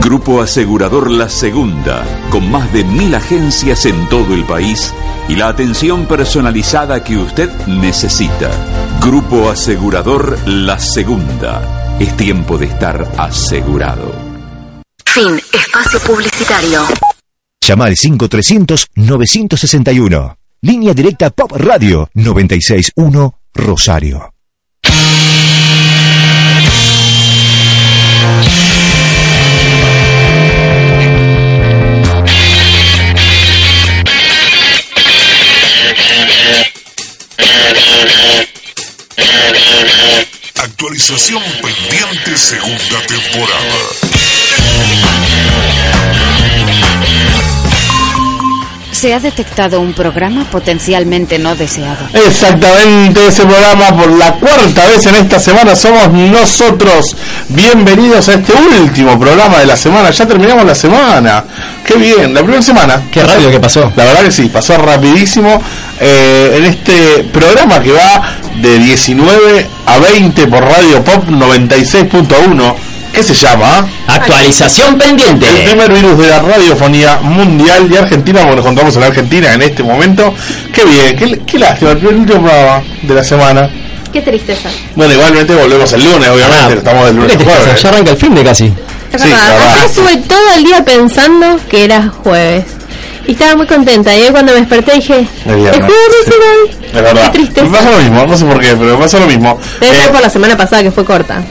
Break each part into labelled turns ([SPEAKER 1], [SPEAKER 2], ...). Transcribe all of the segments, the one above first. [SPEAKER 1] Grupo Asegurador La Segunda, con más de mil agencias en todo el país y la atención personalizada que usted necesita. Grupo Asegurador La Segunda. Es tiempo de estar asegurado.
[SPEAKER 2] Fin. Espacio publicitario.
[SPEAKER 3] Llama al 5300-961. Línea directa Pop Radio 961 Rosario.
[SPEAKER 4] Actualización pendiente segunda temporada.
[SPEAKER 5] Se ha detectado un programa potencialmente no deseado.
[SPEAKER 6] Exactamente, ese programa por la cuarta vez en esta semana somos nosotros. Bienvenidos a este último programa de la semana. Ya terminamos la semana. Qué bien, la primera semana.
[SPEAKER 7] Qué rápido que pasó.
[SPEAKER 6] La verdad que sí, pasó rapidísimo eh, en este programa que va de 19 a 20 por Radio Pop 96.1. ¿Qué se llama?
[SPEAKER 7] Actualización
[SPEAKER 8] eh.
[SPEAKER 6] El
[SPEAKER 7] pendiente.
[SPEAKER 6] primer virus de la radiofonía mundial de Argentina, porque nos encontramos en Argentina en este momento. Qué bien, qué, qué lástima, el primer último programa de la semana.
[SPEAKER 8] Qué tristeza.
[SPEAKER 6] Bueno, igualmente volvemos el lunes,
[SPEAKER 8] Ah,
[SPEAKER 6] obviamente, estamos del lunes
[SPEAKER 7] Qué
[SPEAKER 6] al
[SPEAKER 7] tristeza,
[SPEAKER 6] jueves.
[SPEAKER 7] ya arranca el fin de casi.
[SPEAKER 8] Es
[SPEAKER 6] Sí,
[SPEAKER 8] verdad.
[SPEAKER 6] la verdad.
[SPEAKER 8] Ayer estuve todo el día pensando que era jueves. Y estaba muy contenta. Y hoy cuando me desperté dije,
[SPEAKER 6] Es
[SPEAKER 8] el
[SPEAKER 6] viernes".
[SPEAKER 8] jueves era hoy.
[SPEAKER 6] Es verdad.
[SPEAKER 8] Qué
[SPEAKER 6] Me pasa
[SPEAKER 8] tristeza.
[SPEAKER 6] lo mismo, no sé por qué, pero me pasa lo mismo.
[SPEAKER 8] Debe
[SPEAKER 6] Eh,
[SPEAKER 8] ser por la semana pasada que fue corta.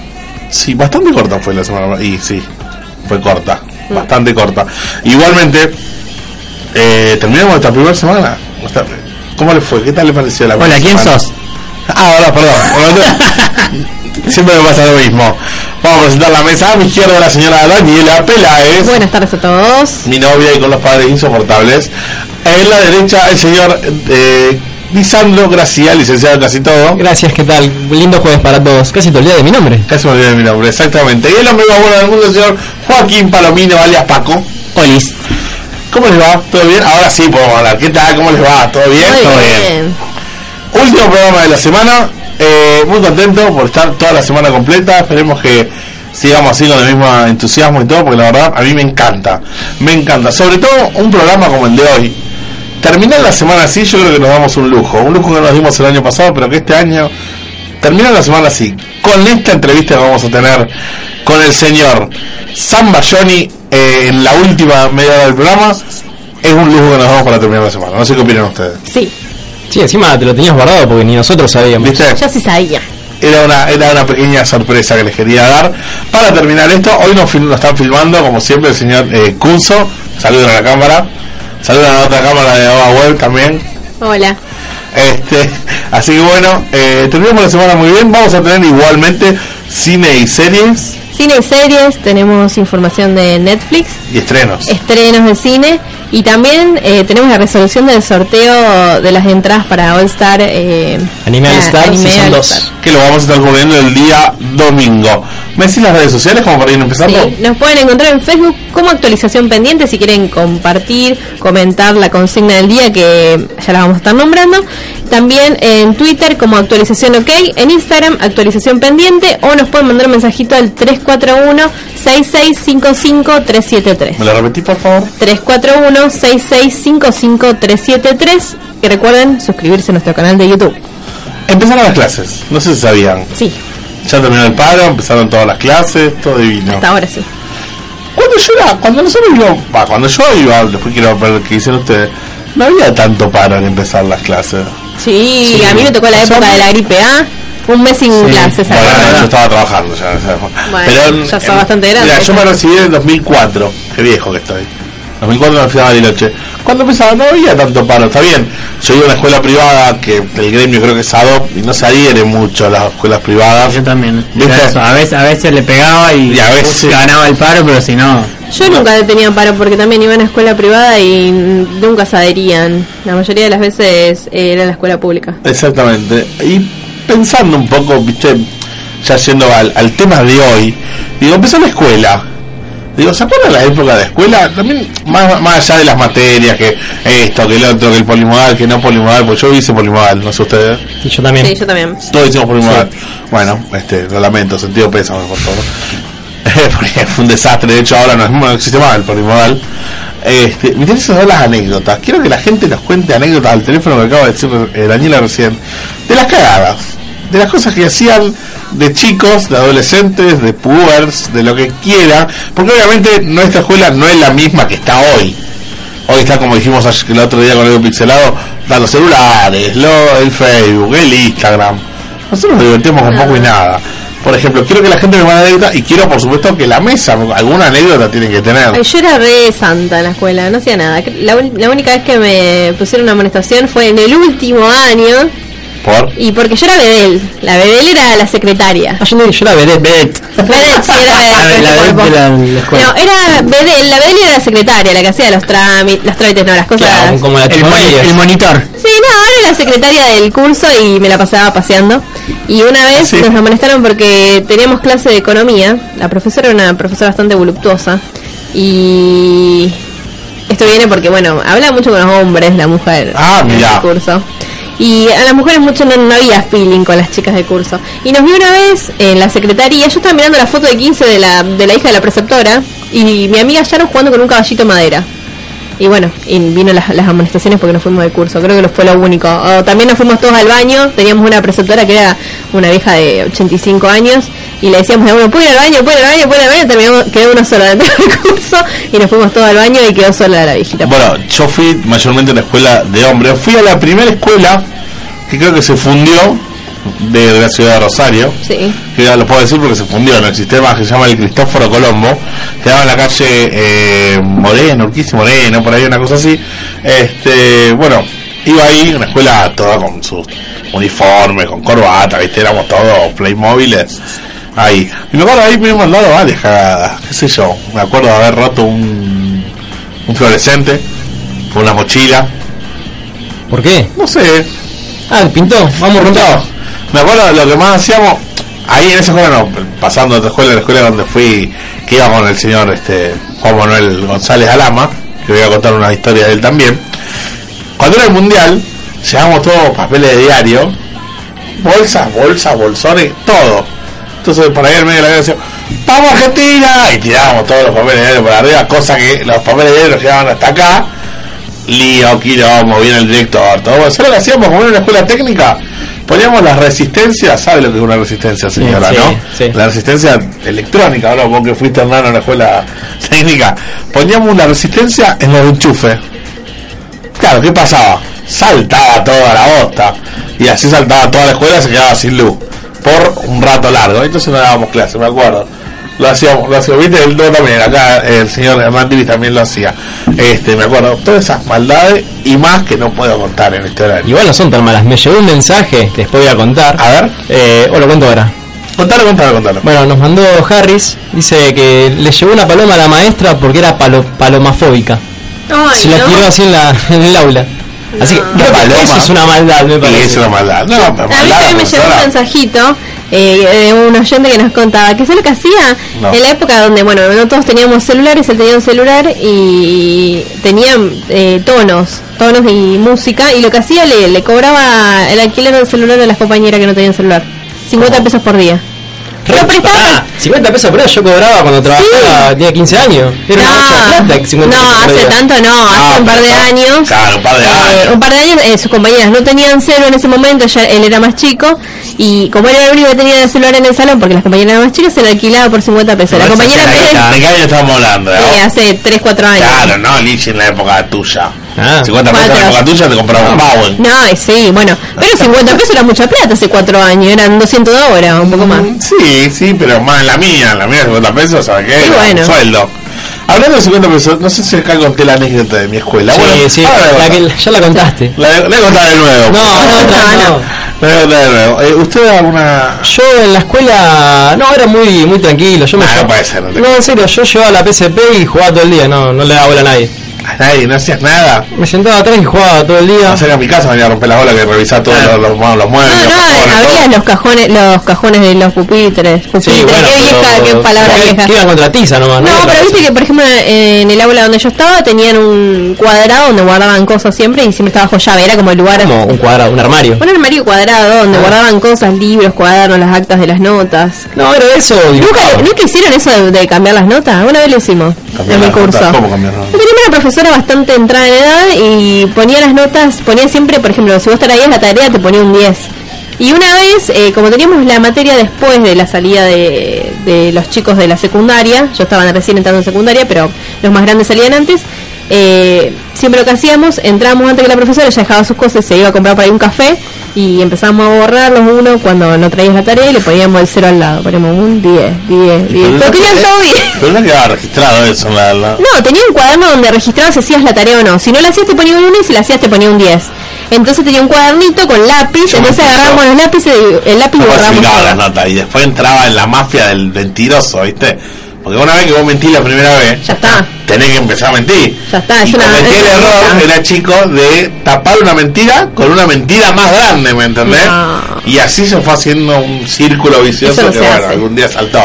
[SPEAKER 6] Sí, bastante corta fue la semana y sí, fue corta, bastante corta. Igualmente, eh, terminamos esta primera semana. Esta- ¿Cómo le fue? ¿Qué tal le pareció la
[SPEAKER 7] Hola,
[SPEAKER 6] primera
[SPEAKER 7] ¿quién
[SPEAKER 6] semana?
[SPEAKER 7] sos?
[SPEAKER 6] Ah, hola, perdón. Siempre me pasa lo mismo. Vamos a presentar la mesa a mi izquierda la señora Daniela Peláez,
[SPEAKER 8] Buenas tardes a todos.
[SPEAKER 6] mi novia y con los padres insoportables. En la derecha el señor eh, Lisandro Gracia, licenciado en casi todo.
[SPEAKER 7] Gracias, ¿qué tal? Lindo jueves para todos. Casi te olvidé de mi nombre.
[SPEAKER 6] Casi me olvidé de mi nombre, exactamente. Y el hombre más bueno del mundo, el señor Joaquín Palomino, alias Paco.
[SPEAKER 7] Olis.
[SPEAKER 6] ¿Cómo les va? ¿Todo bien? Ahora sí podemos hablar. ¿Qué tal? ¿Cómo les va? ¿Todo bien?
[SPEAKER 8] Muy
[SPEAKER 6] Todo
[SPEAKER 8] bien.
[SPEAKER 6] Último programa de la semana. Eh, muy contento por estar toda la semana completa. Esperemos que sigamos así con el mismo entusiasmo y todo, porque la verdad a mí me encanta. Me encanta. Sobre todo un programa como el de hoy. Terminar la semana así, yo creo que nos damos un lujo. Un lujo que nos dimos el año pasado, pero que este año terminar la semana así. Con esta entrevista que vamos a tener con el señor Sam Bayoni eh, en la última media hora del programa. Es un lujo que nos damos para terminar la semana. No sé qué opinan ustedes.
[SPEAKER 8] Sí,
[SPEAKER 7] Sí, encima te lo tenías guardado porque ni nosotros sabíamos.
[SPEAKER 6] ¿Viste?
[SPEAKER 8] yo sí sabía.
[SPEAKER 6] Era una, era una pequeña sorpresa que les quería dar. Para terminar esto, hoy nos, fil- nos están filmando, como siempre, el señor eh, Cunzo. Saludan a la cámara. Saludan a la otra cámara de Ava Web también.
[SPEAKER 8] Hola.
[SPEAKER 6] Este, así que bueno, eh, terminamos la semana muy bien. Vamos a tener igualmente cine y series
[SPEAKER 8] Cine y series, tenemos información de Netflix,
[SPEAKER 6] y estrenos.
[SPEAKER 8] estrenos de cine y también eh, tenemos la resolución del sorteo de las entradas para All Star. Eh,
[SPEAKER 7] Anime All
[SPEAKER 8] ah,
[SPEAKER 7] Star,
[SPEAKER 8] Anime
[SPEAKER 7] Season
[SPEAKER 8] All
[SPEAKER 7] 2.
[SPEAKER 8] Star.
[SPEAKER 6] Que lo vamos a estar cubriendo el día domingo. ¿Me decís las redes sociales como para ir empezando?
[SPEAKER 8] Sí, nos pueden encontrar en Facebook como actualización pendiente si quieren compartir, comentar la consigna del día que ya la vamos a estar nombrando. También en Twitter como actualización ok, en Instagram actualización pendiente o nos pueden mandar un mensajito al 341-6655-373.
[SPEAKER 6] ¿Me lo repetís, por favor?
[SPEAKER 8] 341-6655-373 y recuerden suscribirse a nuestro canal de YouTube.
[SPEAKER 6] Empezaron las clases, no sé si sabían.
[SPEAKER 8] Sí,
[SPEAKER 6] Ya terminó el paro, empezaron todas las clases, todo divino.
[SPEAKER 8] hasta ahora sí.
[SPEAKER 6] Cuando yo era, cuando nosotros íbamos, va, cuando yo iba, después quiero ver qué dicen ustedes, no había tanto paro en empezar las clases.
[SPEAKER 8] Sí, a mí me tocó la
[SPEAKER 6] Son-
[SPEAKER 8] época de la gripe A, un mes sin clases.
[SPEAKER 6] Bueno,
[SPEAKER 8] acá.
[SPEAKER 6] yo estaba trabajando ya. o sea, pero,
[SPEAKER 8] ya sos bastante grande.
[SPEAKER 6] Mira, yo me recibí en 2004, qué viejo que estoy. 2004 me fui a Bariloche. Cuando empezaba no había tanto paro, está bien. Yo iba a una escuela privada que el gremio creo que es ADOP y no se adhiere mucho a las escuelas privadas.
[SPEAKER 9] Yo también.
[SPEAKER 6] ¿Viste?
[SPEAKER 9] Era eso, A, veces, a veces le pegaba y,
[SPEAKER 6] Y a veces-
[SPEAKER 9] ganaba el paro, pero si no.
[SPEAKER 8] Yo nunca he tenido paro porque también iba a una escuela privada y mm, nunca se adherían. La mayoría de las veces eh, era la escuela pública.
[SPEAKER 6] Exactamente. Y pensando un poco, viste, ya yendo al, al tema de hoy, digo, empezó la escuela. Digo, ¿se acuerdan la época de escuela? También, más, más allá de las materias, que esto, que el otro, que el polimodal, que no polimodal, pues yo hice polimodal, no sé ustedes.
[SPEAKER 7] Y yo también.
[SPEAKER 8] Sí, yo también.
[SPEAKER 6] Todos hicimos polimodal. Bueno, este, lo lamento, sentido pésame por todo. Porque fue un desastre, de hecho ahora no, no existe más el polimodal. Este, me interesan saber las anécdotas. Quiero que la gente nos cuente anécdotas al teléfono que acaba de decir eh, Daniela recién. De las cagadas. De las cosas que hacían de chicos, de adolescentes, de pubers, de lo que quiera. Porque obviamente nuestra escuela no es la misma que está hoy. Hoy está como dijimos ayer- el otro día con el pixelado, están los celulares, lo, el Facebook, el Instagram. Nosotros nos divertimos con poco y nada. Por ejemplo, quiero que la gente me mande anécdotas y quiero por supuesto que la mesa, alguna anécdota tienen que
[SPEAKER 8] Ay,
[SPEAKER 6] tener.
[SPEAKER 8] yo era re santa en la escuela, no hacía nada. La, ul- la única vez que me pusieron una amonestación fue en el último año
[SPEAKER 6] Por
[SPEAKER 8] y porque yo era Bedel. La Bedel era la secretaria.
[SPEAKER 7] Ah, yo, no- yo era vedette.
[SPEAKER 8] Bedel, sí, era Bedel,
[SPEAKER 7] La
[SPEAKER 8] por
[SPEAKER 7] vedette
[SPEAKER 8] favor.
[SPEAKER 7] de la- la escuela.
[SPEAKER 8] No, era Bedel, la Bedel era la secretaria, la que hacía los trámites, los trámites, no, las cosas.
[SPEAKER 7] Claro, como la
[SPEAKER 9] El, moni-
[SPEAKER 7] chimoya.
[SPEAKER 9] el monitor.
[SPEAKER 8] Sí, no, ahora era la secretaria del curso y me la pasaba paseando. Y una vez
[SPEAKER 6] Ah, Sí.
[SPEAKER 8] nos amonestaron porque teníamos clase de economía. La profesora era una profesora bastante voluptuosa. Y esto viene porque, bueno, habla mucho con los hombres, la mujer
[SPEAKER 6] Ah,
[SPEAKER 8] en
[SPEAKER 6] mirá.
[SPEAKER 8] el curso. Y a las mujeres mucho no, no había feeling con las chicas del curso. Y nos vio una vez en la secretaría, yo estaba mirando la foto de 15 de la, de la hija de la preceptora y mi amiga Sharon jugando con un caballito de madera. Y bueno, y vino las, las amonestaciones porque nos fuimos de curso, creo que lo fue lo único. O también nos fuimos todos al baño, teníamos una preceptora que era una vieja de 85 años y le decíamos a uno, puede ir al baño, puede ir al baño, puede ir al baño, terminamos, quedó uno solo dentro del curso y nos fuimos todos al baño y quedó sola la viejita.
[SPEAKER 6] Bueno, yo fui mayormente a la escuela de hombres. Fui a la primera escuela que creo que se fundió de, de la ciudad de Rosario.
[SPEAKER 8] Sí.
[SPEAKER 6] Que ya lo puedo decir porque se fundió en el sistema que se llama el Cristóforo Colombo. Quedaba en la calle eh, Moreno, Urquiza y Moreno, por ahí una cosa así. Este, bueno, iba ahí, una escuela toda con sus uniformes, con corbata, viste, éramos todos playmóviles. Ahí. Y me acuerdo ahí me he mandado varias cagadas, qué sé yo. Me acuerdo de haber roto un, un fluorescente, con una mochila,
[SPEAKER 7] ¿Por qué?
[SPEAKER 6] no sé,
[SPEAKER 7] Ah, pintó. Vamos
[SPEAKER 6] no,
[SPEAKER 7] rompado.
[SPEAKER 6] me acuerdo lo que más hacíamos ahí en esa escuela no, pasando de otra escuela a la escuela donde fui que iba con el señor este Juan Manuel González Alama que voy a contar una historia de él también cuando era el mundial llevamos todos papeles de diario bolsas bolsas bolsones todo entonces por ahí en medio de la canción vamos Argentina y tirábamos todos los papeles de diario por arriba cosa que los papeles de diario nos llegaban hasta acá lío, quilombo, viene el director, todo. Bueno, ¿Sabes lo que hacíamos como era una escuela técnica? Poníamos las resistencias, ¿sabe lo que es una resistencia, señora,
[SPEAKER 7] Sí,
[SPEAKER 6] no?
[SPEAKER 7] sí.
[SPEAKER 6] La resistencia electrónica, ahora vos que fuiste hermano en la escuela técnica. Poníamos una resistencia en los enchufes. Claro, ¿qué pasaba? Saltaba toda la bosta. Y así saltaba toda la escuela, se quedaba sin luz. Por un rato largo. Entonces no dábamos clase, me acuerdo. Lo hacíamos, lo hacíamos. Viste, el también, acá el señor Hernán Divis también lo hacía. Este, me acuerdo. Todas esas maldades y más que no puedo contar en este horario.
[SPEAKER 7] Igual no son tan malas. Me llegó un mensaje, después voy a contar.
[SPEAKER 6] A ver.
[SPEAKER 7] Eh, o lo cuento ahora.
[SPEAKER 6] Contalo, contalo, contalo.
[SPEAKER 7] Bueno, nos mandó Harris, dice que le llevó una paloma a la maestra porque era palo- palomafóbica.
[SPEAKER 8] Ay,
[SPEAKER 7] Se la
[SPEAKER 8] no.
[SPEAKER 7] tiró así en, la, en el aula. Así que creo que
[SPEAKER 6] paloma.
[SPEAKER 7] eso es una maldad, me
[SPEAKER 6] Y
[SPEAKER 7] parece.
[SPEAKER 6] es una maldad. No, pero
[SPEAKER 8] A mí
[SPEAKER 6] maldad,
[SPEAKER 8] también me llegó un
[SPEAKER 6] profesora.
[SPEAKER 8] mensajito eh, de un oyente que nos contaba que es lo que hacía
[SPEAKER 6] No.
[SPEAKER 8] en la época donde, bueno, no todos teníamos celulares, él tenía un celular y tenía eh, tonos, tonos y música, y lo que hacía le, le cobraba el alquiler del celular de las compañeras que no tenían celular. 50 pesos por día.
[SPEAKER 7] Re-
[SPEAKER 8] Lo prestaba.
[SPEAKER 7] pará, 50 Ah, pesos por hora yo cobraba cuando trabajaba, tenía 15 años. Era una bocha de plata, que 50
[SPEAKER 8] no,
[SPEAKER 7] pesos por
[SPEAKER 8] hace
[SPEAKER 7] día.
[SPEAKER 8] tanto no, hace un par de
[SPEAKER 6] pero-
[SPEAKER 8] años.
[SPEAKER 6] Ah, claro, un par de
[SPEAKER 8] Eh,
[SPEAKER 6] años.
[SPEAKER 8] un par de años, eh, sus compañeras no tenían celo en ese momento, ya él era más chico, y como era el único que tenía el celular en el salón, porque las compañeras eran más chicas, se le alquilaba por 50 pesos. La
[SPEAKER 6] Pero
[SPEAKER 8] compañera
[SPEAKER 6] esa es la-
[SPEAKER 8] me
[SPEAKER 6] ¿De qué año estamos hablando? eh?
[SPEAKER 8] eh, hace 3, 4 años.
[SPEAKER 6] Claro, no, Nietzsche en la época tuya.
[SPEAKER 7] Ah.
[SPEAKER 6] 50 pesos en la
[SPEAKER 8] Cuatro.
[SPEAKER 6] época tuya te compraba un Bowen.
[SPEAKER 8] No, eh, sí, bueno, pero 50 pesos era mucha plata hace 4 años, eran 200 de
[SPEAKER 6] Mm.
[SPEAKER 8] ahora, un poco más.
[SPEAKER 6] Sí, sí, pero más en la mía, en la mía 50 pesos, ¿sabes qué?
[SPEAKER 8] Y
[SPEAKER 6] Era un
[SPEAKER 8] bueno.
[SPEAKER 6] sueldo. Hablando de 50 pesos, no sé si acá conté la anécdota de mi escuela.
[SPEAKER 7] Sí,
[SPEAKER 6] bueno,
[SPEAKER 7] sí,
[SPEAKER 6] ahora
[SPEAKER 7] la
[SPEAKER 6] voy a
[SPEAKER 7] que-
[SPEAKER 6] contar.
[SPEAKER 7] ya la contaste.
[SPEAKER 6] La voy a contar de
[SPEAKER 7] No, no, no,
[SPEAKER 6] nuevo.
[SPEAKER 7] no.
[SPEAKER 6] La voy a contar de nuevo. Eh, ¿Usted alguna...?
[SPEAKER 7] Yo en la escuela, no, era muy muy tranquilo. Yo me
[SPEAKER 6] Ah,
[SPEAKER 7] llevaba-
[SPEAKER 6] no puede ser, no te-
[SPEAKER 7] No, en serio, yo llevaba la PSP y jugaba todo el día, no, no le daba bola a nadie.
[SPEAKER 6] A nadie, no hacías nada.
[SPEAKER 7] Me sentaba atrás y jugaba todo el día.
[SPEAKER 6] No salía a mi casa, venía a romper las bolas que revisaba todos
[SPEAKER 9] Claro.
[SPEAKER 6] los, los, los muebles.
[SPEAKER 8] No,
[SPEAKER 6] los cajones,
[SPEAKER 8] no,
[SPEAKER 6] todo.
[SPEAKER 8] abrías los cajones, los cajones de los pupitres. Pupitres,
[SPEAKER 7] bueno,
[SPEAKER 8] qué
[SPEAKER 7] pero-
[SPEAKER 8] vieja, qué palabra
[SPEAKER 7] que-
[SPEAKER 8] vieja.
[SPEAKER 7] que Iban contra tiza nomás, Iban
[SPEAKER 8] No, pero
[SPEAKER 7] contra
[SPEAKER 8] viste
[SPEAKER 7] tiza.
[SPEAKER 8] que, por ejemplo, en el aula donde yo estaba tenían un cuadrado donde guardaban cosas siempre y siempre estaba bajo llave, era como el lugar...
[SPEAKER 7] Como un cuadrado, un armario.
[SPEAKER 8] Un armario cuadrado
[SPEAKER 6] Ah.
[SPEAKER 8] donde guardaban cosas, libros, cuadernos, las actas de las notas.
[SPEAKER 7] No, era eso.
[SPEAKER 8] ¿Nunca,
[SPEAKER 7] dibujaba.
[SPEAKER 8] ¿Nunca hicieron eso de, de cambiar las notas? Una vez lo hicimos
[SPEAKER 6] Cambiar
[SPEAKER 8] en mi
[SPEAKER 6] las notas,
[SPEAKER 8] curso.
[SPEAKER 6] ¿cómo cambiar las notas?
[SPEAKER 8] Yo tenía una profesora bastante entrada en edad y ponía las notas, ponía siempre, por ejemplo, si vos traías la tarea te ponía un 10. Y una vez, eh, como teníamos la materia después de la salida de, de los chicos de la secundaria, yo estaba recién entrando en secundaria, pero los más grandes salían antes, eh, siempre lo que hacíamos, entrábamos antes que la profesora, ella dejaba sus cosas, se iba a comprar por ahí un café y empezábamos a borrar los uno cuando no traías la tarea y le poníamos el cero al lado, poníamos un 10, 10, 10.
[SPEAKER 6] Pero
[SPEAKER 8] Pero
[SPEAKER 6] no
[SPEAKER 8] tenían
[SPEAKER 6] quedé-
[SPEAKER 8] todo 10.
[SPEAKER 6] Pero no quedaba registrado eso en la... la-
[SPEAKER 8] No, tenía un cuaderno donde registrabas si hacías la tarea o no. Si no la hacías te ponía un 1 y si la hacías te ponía un 10. Entonces tenía un cuadernito con lápiz,
[SPEAKER 6] Yo me
[SPEAKER 8] entonces
[SPEAKER 6] acuerdo.
[SPEAKER 8] agarramos los lápices, y- el lápiz y
[SPEAKER 6] No
[SPEAKER 8] borramos.
[SPEAKER 6] falsificaba
[SPEAKER 8] todo.
[SPEAKER 6] las notas y después entraba en la mafia del mentiroso, ¿viste? Porque una vez que vos mentís la primera vez,
[SPEAKER 8] Ya está.
[SPEAKER 6] tenés que empezar a mentir.
[SPEAKER 8] Ya está,
[SPEAKER 6] y
[SPEAKER 8] es una-
[SPEAKER 6] cometí
[SPEAKER 8] es
[SPEAKER 6] el
[SPEAKER 8] una
[SPEAKER 6] error,
[SPEAKER 8] mentira.
[SPEAKER 6] era chico, de tapar una mentira con una mentira más grande, ¿me entendés?
[SPEAKER 8] No.
[SPEAKER 6] Y así se fue haciendo un círculo vicioso
[SPEAKER 8] Eso no
[SPEAKER 6] que,
[SPEAKER 8] se
[SPEAKER 6] bueno,
[SPEAKER 8] hace.
[SPEAKER 6] algún día saltó.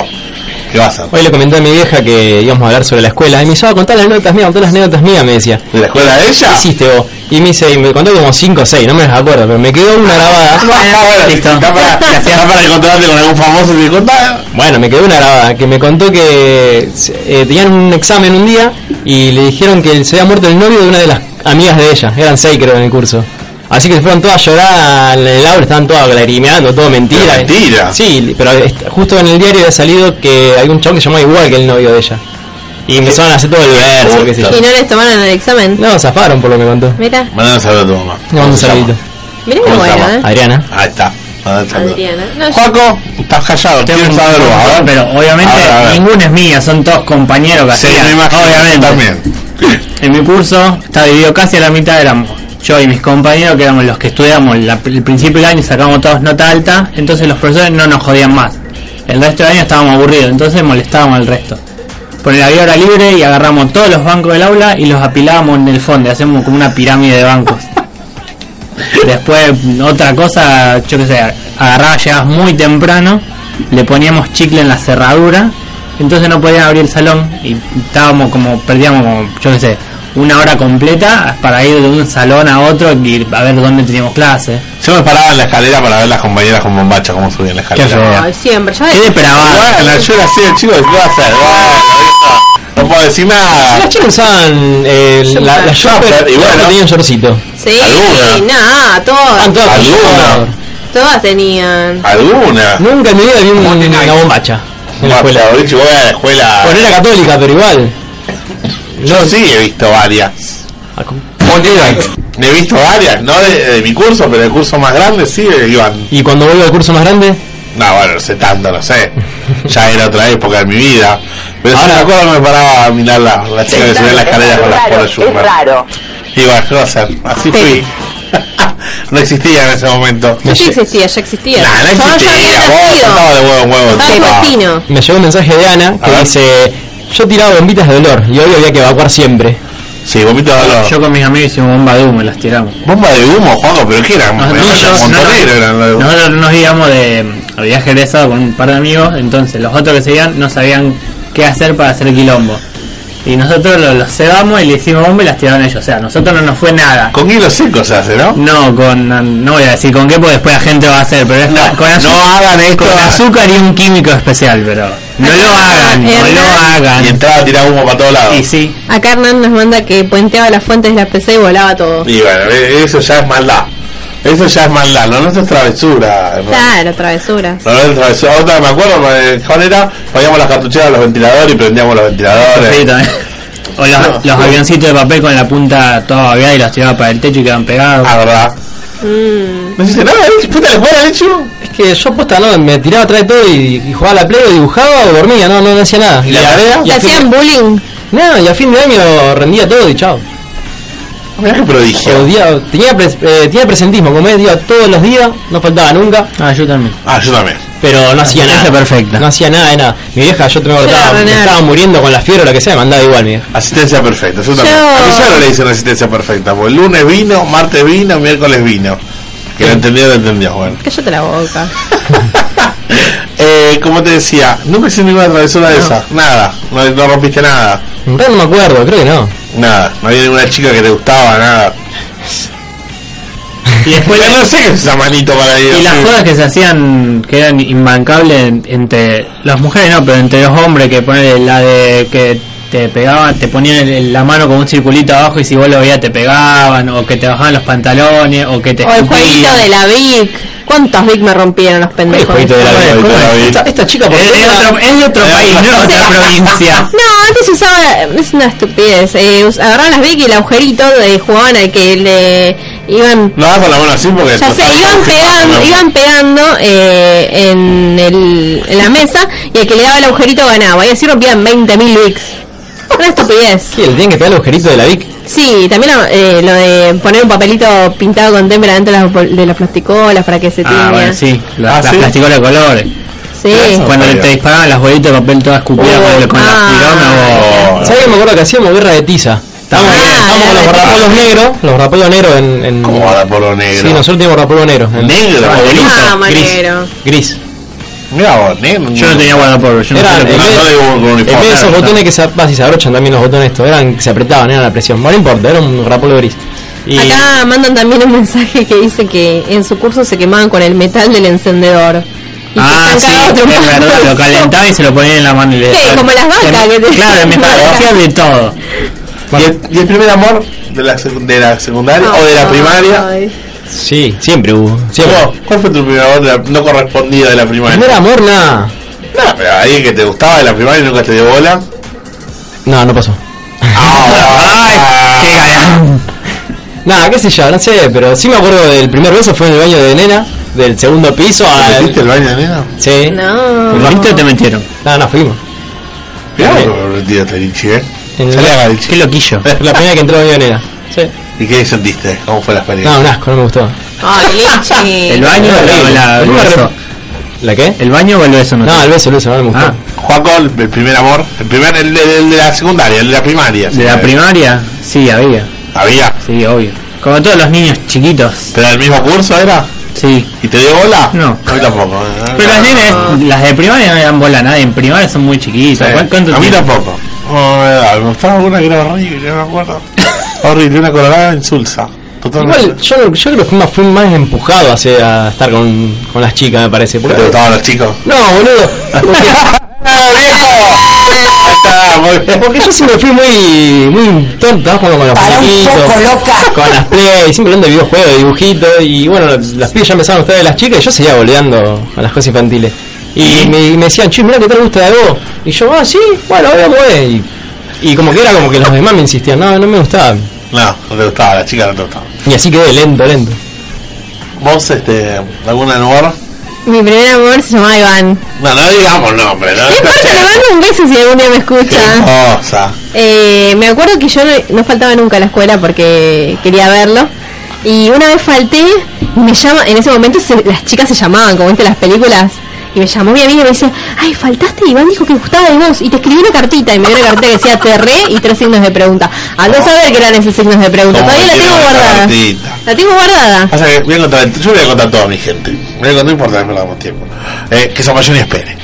[SPEAKER 6] ¿Qué va a hacer?
[SPEAKER 7] Hoy le comenté a mi vieja que íbamos a hablar sobre la escuela. Y me llevaba a contar las notas mías, contar las anécdotas mías, me decía.
[SPEAKER 6] ¿De la escuela de ella?
[SPEAKER 7] ¿Qué hiciste vos? Y me dice, y me contó como 5 o 6, no me las acuerdo, pero me quedó una grabada.
[SPEAKER 6] Ah, bueno,
[SPEAKER 9] Listo.
[SPEAKER 6] Está para, está para encontrarte con algún famoso y te contá.
[SPEAKER 7] Bueno, me quedó una grabada, que me contó que eh, tenían un examen un día y le dijeron que se había muerto el novio de una de las amigas de ella, eran 6 creo en el curso. Así que se fueron todas a llorar al- el aula, estaban todas glarimeando, todo mentira.
[SPEAKER 6] Pero mentira.
[SPEAKER 7] eh. Sí, pero est- justo en el diario había salido que hay un chabón que se llamaba igual que el novio de ella. Y empezaron a hacer todo el verso, qué sé yo.
[SPEAKER 8] Y no les tomaron el examen.
[SPEAKER 7] No, zafaron por lo que me contó.
[SPEAKER 8] Mira,
[SPEAKER 6] Mandá un saludo a tu mamá.
[SPEAKER 7] No, un
[SPEAKER 6] ¿Cómo se llama?
[SPEAKER 7] saludito.
[SPEAKER 8] mira qué
[SPEAKER 6] ¿Cómo se
[SPEAKER 8] bueno,
[SPEAKER 6] llama?
[SPEAKER 8] ¿eh?
[SPEAKER 7] Adriana.
[SPEAKER 6] Ahí está. Mandá un saludo.
[SPEAKER 8] Adriana. No, yo-
[SPEAKER 6] Joaco, estás callado,
[SPEAKER 9] Tengo
[SPEAKER 6] quiero
[SPEAKER 9] un-
[SPEAKER 6] saber vos. a ver.
[SPEAKER 9] pero obviamente
[SPEAKER 6] A ver, a ver.
[SPEAKER 9] ninguno es mío, son todos compañeros que
[SPEAKER 6] Sí,
[SPEAKER 9] hacían.
[SPEAKER 6] me imagino
[SPEAKER 9] obviamente.
[SPEAKER 6] también.
[SPEAKER 9] En mi curso está dividido casi a la mitad, éramos yo y mis compañeros, que éramos los que estudiamos la- el principio del año y sacamos todos nota alta, entonces los profesores no nos jodían más. El resto del año estábamos aburridos, entonces molestábamos al resto. Por la hora libre y agarramos todos los bancos del aula y los apilábamos en el fondo, y hacemos como una pirámide de bancos. Después, otra cosa, yo qué sé, agarrabas, llegabas muy temprano, le poníamos chicle en la cerradura, entonces no podían abrir el salón y estábamos como, perdíamos como, yo qué sé, una hora completa para ir de un salón a otro y a ver dónde teníamos clase.
[SPEAKER 6] Yo me paraba en la escalera para ver las compañeras con bombacha cómo subían la escalera. Ah,
[SPEAKER 9] Qué horror.
[SPEAKER 8] Ay, siempre. Ya
[SPEAKER 9] Qué depravado.
[SPEAKER 6] Bueno, yo era así, el chico, ¿qué va a hacer? Bueno, no puedo decir
[SPEAKER 7] Las
[SPEAKER 6] nada.
[SPEAKER 7] chicas usaban eh, la, la shopper
[SPEAKER 6] y
[SPEAKER 7] y
[SPEAKER 6] bueno.
[SPEAKER 7] bueno, tenían shortcito.
[SPEAKER 8] Sí,
[SPEAKER 6] Alguna. Ah,
[SPEAKER 8] nada, todas.
[SPEAKER 7] Estaban todas con
[SPEAKER 6] Alguna.
[SPEAKER 7] short.
[SPEAKER 8] Todas tenían.
[SPEAKER 6] ¿Alguna?
[SPEAKER 7] Nunca en mi vida vi un- una bombacha en la escuela.
[SPEAKER 6] Bueno, Richie, voy a la escuela.
[SPEAKER 7] Bueno, era católica, pero igual.
[SPEAKER 6] Yo sí he visto varias. He visto varias, no de, de mi curso, pero el curso más grande sí iban.
[SPEAKER 7] Y cuando vuelvo al curso más grande,
[SPEAKER 6] No, bueno, no sé tanto, no sé. Ya era otra época de mi vida. Pero ahora
[SPEAKER 7] Ahora-
[SPEAKER 6] me acuerdo que me paraba a mirar la, la chica que subía la escalera con las polas Schumann. Y bueno, ¿qué va a hacer? Así
[SPEAKER 8] Sí.
[SPEAKER 6] fui. no existía en ese momento.
[SPEAKER 8] Yo ya existía, ya existía.
[SPEAKER 6] Nah, no
[SPEAKER 8] Yo ya
[SPEAKER 6] existía,
[SPEAKER 8] había
[SPEAKER 6] vos
[SPEAKER 8] nacido.
[SPEAKER 6] saltabas de huevo en huevo.
[SPEAKER 8] Estaba en
[SPEAKER 6] chupá.
[SPEAKER 8] Faustino.
[SPEAKER 7] me llegó un mensaje de Ana
[SPEAKER 6] A
[SPEAKER 7] que
[SPEAKER 6] ver.
[SPEAKER 7] dice: Yo tiraba bombitas de dolor y hoy había que evacuar siempre.
[SPEAKER 6] Sí, vomito de dolor.
[SPEAKER 9] Yo con mis amigos hicimos bomba de humo y las tiramos.
[SPEAKER 6] Bomba de humo, Juanjo, pero ¿qué eran? Eran
[SPEAKER 9] Nosotros,
[SPEAKER 6] montoneros, eran los-
[SPEAKER 9] no, nosotros nos íbamos de viaje egresado con un par de amigos, entonces los otros que se iban no sabían qué hacer para hacer quilombo. Y nosotros lo- los, cebamos y le hicimos bomba y las tiraron ellos. O sea, a nosotros no nos fue nada.
[SPEAKER 6] Con hilo seco se hace, ¿no?
[SPEAKER 9] No, con no voy a decir con qué porque después la gente va a hacer, pero es
[SPEAKER 6] No,
[SPEAKER 9] con, azu-
[SPEAKER 6] no hagan esto.
[SPEAKER 9] con azúcar y un químico especial, pero no lo hagan, no
[SPEAKER 8] Hernán.
[SPEAKER 9] lo
[SPEAKER 6] Y
[SPEAKER 9] hagan.
[SPEAKER 6] entraba a tirar humo para todos lados.
[SPEAKER 9] Y sí,
[SPEAKER 8] Acá Hernán nos manda que puenteaba las fuentes de la PC y volaba todo.
[SPEAKER 6] Y bueno, e- eso ya es maldad. Eso ya es maldad, lo nuestro es travesura. hermano.
[SPEAKER 8] Claro, travesuras.
[SPEAKER 6] Lo nuestro es travesura. Otra, me acuerdo, eh, ¿cuál era? Poníamos las cartucheras a los ventiladores y prendíamos los
[SPEAKER 9] Sí,
[SPEAKER 6] ventiladores.
[SPEAKER 9] también. O los,
[SPEAKER 7] Ah,
[SPEAKER 6] No,
[SPEAKER 9] los
[SPEAKER 6] no.
[SPEAKER 9] avioncitos de papel con la punta toda babeada y los tiraba para el techo y quedaban pegados.
[SPEAKER 6] Ah, verdad.
[SPEAKER 8] Mm.
[SPEAKER 6] No hiciste nada, ¿eh? puta la escuela, ¿eh, chico?
[SPEAKER 7] Es que yo posta, no, me tiraba atrás de todo y, y jugaba a la play, o dibujaba o dormía, no, no, no hacía nada.
[SPEAKER 6] ¿Y la tarea?
[SPEAKER 8] ¿Te hacían bullying?
[SPEAKER 7] No, y a fin de año rendía todo y chao.
[SPEAKER 6] Mirá qué prodigio.
[SPEAKER 7] Odiaba- tenía, pres- eh, tenía presentismo, como medio todos los días, no faltaba nunca.
[SPEAKER 9] Ah, yo también.
[SPEAKER 6] Ah, yo también.
[SPEAKER 7] Pero no hacía nada.
[SPEAKER 9] Esa perfecta.
[SPEAKER 7] No hacía nada de nada. Mi vieja, yo tengo que
[SPEAKER 8] Claro,
[SPEAKER 7] estaba, me
[SPEAKER 8] nada.
[SPEAKER 7] estaba muriendo con la fiebre o lo que sea, me andaba igual, mi vieja.
[SPEAKER 6] Asistencia perfecta, yo también.
[SPEAKER 8] Yo-
[SPEAKER 6] A mi suegro le dicen asistencia perfecta, porque el lunes vino, martes vino, miércoles vino. Que lo entendió, lo entendió, bueno.
[SPEAKER 8] Cállate la boca.
[SPEAKER 6] eh, como te decía, nunca hice ninguna travesura de esa. Nada, no, no rompiste nada.
[SPEAKER 7] En realidad no me acuerdo, creo que no.
[SPEAKER 6] Nada, no había ninguna chica que te gustaba, nada.
[SPEAKER 9] Y después
[SPEAKER 6] Pero
[SPEAKER 9] la-
[SPEAKER 6] no sé qué es esa manito para ir
[SPEAKER 9] y las
[SPEAKER 6] así.
[SPEAKER 9] cosas que se hacían que eran imbancables en- entre las mujeres no pero entre los hombres que ponen la de que te pegaban te ponían el- el- la mano con un circulito abajo y si vos lo veías te pegaban o que te bajaban los pantalones o
[SPEAKER 7] Eh,
[SPEAKER 9] que te
[SPEAKER 8] O el jueguito
[SPEAKER 9] escupían.
[SPEAKER 8] de la Vic. ¿Cuántos Vic me rompieron los pendejos?
[SPEAKER 7] jueguito de la
[SPEAKER 6] Bueno,
[SPEAKER 7] Vic?
[SPEAKER 6] ¿cómo
[SPEAKER 7] ¿Cómo
[SPEAKER 6] es?
[SPEAKER 7] es?
[SPEAKER 6] Esta-
[SPEAKER 7] Esta, esta chica, por
[SPEAKER 9] es de
[SPEAKER 7] ejemplo,
[SPEAKER 9] otro, es de otro país no de otra
[SPEAKER 7] Ah,
[SPEAKER 9] provincia
[SPEAKER 8] No, antes se usaba, es una estupidez. Eh, us- agarraban las Vic y el agujerito de jugaban al que le iban,
[SPEAKER 6] No hagas con la mano así porque.
[SPEAKER 8] ya sé, iban pegando, iban pegando eh, en, el, en la mesa y el que le daba el agujerito ganaba. Y así rompían 20.000 Vics. Una estupidez.
[SPEAKER 7] ¿qué? ¿Le tienen que pegar el agujerito de la Vic?
[SPEAKER 8] Sí, también eh, lo de poner un papelito pintado con témpera dentro de las, pol- de las plasticolas para que se tiña.
[SPEAKER 9] ah bueno sí las,
[SPEAKER 6] Ah,
[SPEAKER 9] las
[SPEAKER 6] ¿sí?
[SPEAKER 9] plasticolas de colores
[SPEAKER 8] Sí.
[SPEAKER 6] Eso.
[SPEAKER 9] cuando
[SPEAKER 6] Obvio.
[SPEAKER 9] te disparaban las bolitas de papel todas escupidas
[SPEAKER 8] Oh,
[SPEAKER 9] con, el- con la
[SPEAKER 8] ah.
[SPEAKER 9] pirona o
[SPEAKER 7] ¿Sabes que me acuerdo que hacíamos guerra de tiza? Estábamos, estábamos con
[SPEAKER 8] Ah,
[SPEAKER 7] los
[SPEAKER 8] guerra de
[SPEAKER 7] borrapolos negros, los borrapolos negros en... en
[SPEAKER 6] Como ahora por lo negro.
[SPEAKER 7] Sí, nosotros teníamos borrapolos negros. en-
[SPEAKER 6] Negro,
[SPEAKER 7] Ah,
[SPEAKER 6] boludo.
[SPEAKER 8] Ah,
[SPEAKER 7] gris,
[SPEAKER 8] manero.
[SPEAKER 7] gris.
[SPEAKER 6] Mira vos, negro.
[SPEAKER 9] yo no tenía guardapolvo yo no
[SPEAKER 7] Eran,
[SPEAKER 9] sé lo que-
[SPEAKER 7] en
[SPEAKER 6] no,
[SPEAKER 7] vez-
[SPEAKER 6] no le hubo un
[SPEAKER 7] en
[SPEAKER 6] uniforme,
[SPEAKER 7] vez de esos
[SPEAKER 6] claro,
[SPEAKER 7] botones que se, va, si se abrochan también los botones estos, eran, se apretaban, eran la presión. Bueno, no importa, era un rapolo gris. Y
[SPEAKER 8] Acá mandan también un mensaje que dice que en su curso se quemaban con el metal del encendedor. Y que
[SPEAKER 9] Ah,
[SPEAKER 8] están
[SPEAKER 9] sí,
[SPEAKER 8] cagados
[SPEAKER 9] es
[SPEAKER 8] trompados.
[SPEAKER 9] verdad, lo calentaba y se lo ponía en la mano y le
[SPEAKER 8] Sí, como las vacas que te-
[SPEAKER 9] Claro, me
[SPEAKER 8] Vacas.
[SPEAKER 9] hacía de todo.
[SPEAKER 6] ¿Y el, y el primer amor de la, sec- de la secundaria o de la primaria?
[SPEAKER 8] Ay.
[SPEAKER 7] sí, siempre hubo. Siempre.
[SPEAKER 6] ¿Vos? ¿Cuál fue tu primer amor de la- no correspondido de la primaria?
[SPEAKER 7] Primer amor, nada.
[SPEAKER 6] No, pero alguien que te gustaba de la primaria y nunca te dio bola.
[SPEAKER 7] No, no pasó.
[SPEAKER 6] Ah, ¡Ay! ¡Qué galán!
[SPEAKER 7] Nada, qué sé yo, no sé, pero sí me acuerdo del primer beso fue en el baño de nena, del segundo piso
[SPEAKER 6] Ah, ¿Te
[SPEAKER 7] al...
[SPEAKER 6] metiste el baño de nena?
[SPEAKER 7] Sí. Pues
[SPEAKER 8] No.
[SPEAKER 9] ¿Lo viste o te metieron?
[SPEAKER 7] No, no, fuimos.
[SPEAKER 6] Mirá
[SPEAKER 7] Sí.
[SPEAKER 6] vos lo divertido, Tarichi, ¿eh?
[SPEAKER 7] En el-
[SPEAKER 6] Salí a Galichi.
[SPEAKER 9] Qué loquillo.
[SPEAKER 7] La primera que entró al baño de nena. Sí.
[SPEAKER 6] ¿Y qué sentiste? ¿Cómo fue la experiencia?
[SPEAKER 7] No, un asco, no me gustó.
[SPEAKER 8] Ay, leche.
[SPEAKER 9] ¿El baño o la- la- el
[SPEAKER 7] Nunca
[SPEAKER 9] beso?
[SPEAKER 7] rep- ¿La qué?
[SPEAKER 9] ¿El baño o el beso no?
[SPEAKER 7] No, el beso, el beso, no me gustó.
[SPEAKER 9] Ah,
[SPEAKER 6] Juaco, el el primer amor, el primer, el de, el de la secundaria, el de la primaria.
[SPEAKER 9] ¿de la
[SPEAKER 6] señores.
[SPEAKER 9] primaria? Sí, había.
[SPEAKER 6] Había.
[SPEAKER 9] Sí, obvio. Como todos los niños chiquitos.
[SPEAKER 6] ¿Pero el mismo curso era?
[SPEAKER 9] Sí.
[SPEAKER 6] ¿Y te dio bola?
[SPEAKER 9] No.
[SPEAKER 6] A mí tampoco. eh.
[SPEAKER 9] Pero las nenas, las de primaria no le dan bola a nadie. En primaria son muy chiquitas.
[SPEAKER 6] Sí.
[SPEAKER 9] ¿Cuán- ¿Cuánto
[SPEAKER 6] Eh, A mí
[SPEAKER 9] tiempo?
[SPEAKER 6] tampoco. Oh, me gustaba una que era horrible, yo no me acuerdo. horrible, una colorada en Sulsa. Totalmente.
[SPEAKER 7] Igual, yo, yo creo que fui más, fui más empujado hacia a estar con, con las chicas, me parece. porque-
[SPEAKER 6] ¿Te gustaban los chicos?
[SPEAKER 7] No, boludo. Porque,
[SPEAKER 6] ¡Ah, viejo! Ahí está, muy bien.
[SPEAKER 7] porque yo siempre fui muy, muy tonto, estaba jugando con los muñequitos, con las play, siempre hablando de videojuegos, de dibujitos. Y bueno, las pibas ya empezaban a gustar de las chicas y yo seguía boleando a las cosas infantiles. Y me, me decían, che, mirá que te gusta de vos. Y yo, ah, sí, bueno, ahora pues. Y, y como que era como que los demás me insistían, no, no me gustaba.
[SPEAKER 6] No, no te gustaba, la chica no te gustaba.
[SPEAKER 7] Y así quedé lento, lento.
[SPEAKER 6] ¿Vos, este, alguna amor?
[SPEAKER 8] Mi primer amor se llamaba Iván.
[SPEAKER 6] No, no digamos nombre, ¿no?
[SPEAKER 8] No importa, le mando un beso si algún día me escucha.
[SPEAKER 6] Qué cosa.
[SPEAKER 8] Eh, me acuerdo que yo no, no faltaba nunca a la escuela porque quería verlo. Y una vez falté, y me llama, en ese momento se- las chicas se llamaban, como viste en las películas. Y me llamó mi amiga y me dice, ay, faltaste, Iván dijo que gustaba de vos. Y te escribí una cartita, y me dio una cartita que decía TR y tres signos de pregunta. Andá
[SPEAKER 6] Oh.
[SPEAKER 8] a saber que eran esos signos de pregunta.
[SPEAKER 6] ¿Cómo
[SPEAKER 8] Todavía la
[SPEAKER 6] metieron
[SPEAKER 8] tengo
[SPEAKER 6] esa
[SPEAKER 8] guardada.
[SPEAKER 6] cartita?
[SPEAKER 8] La tengo guardada.
[SPEAKER 6] Pasa que voy a contar, yo voy a contar todo a mi gente. Voy a contar, no importa que perdamos tiempo. Eh, que Zapallón y espere.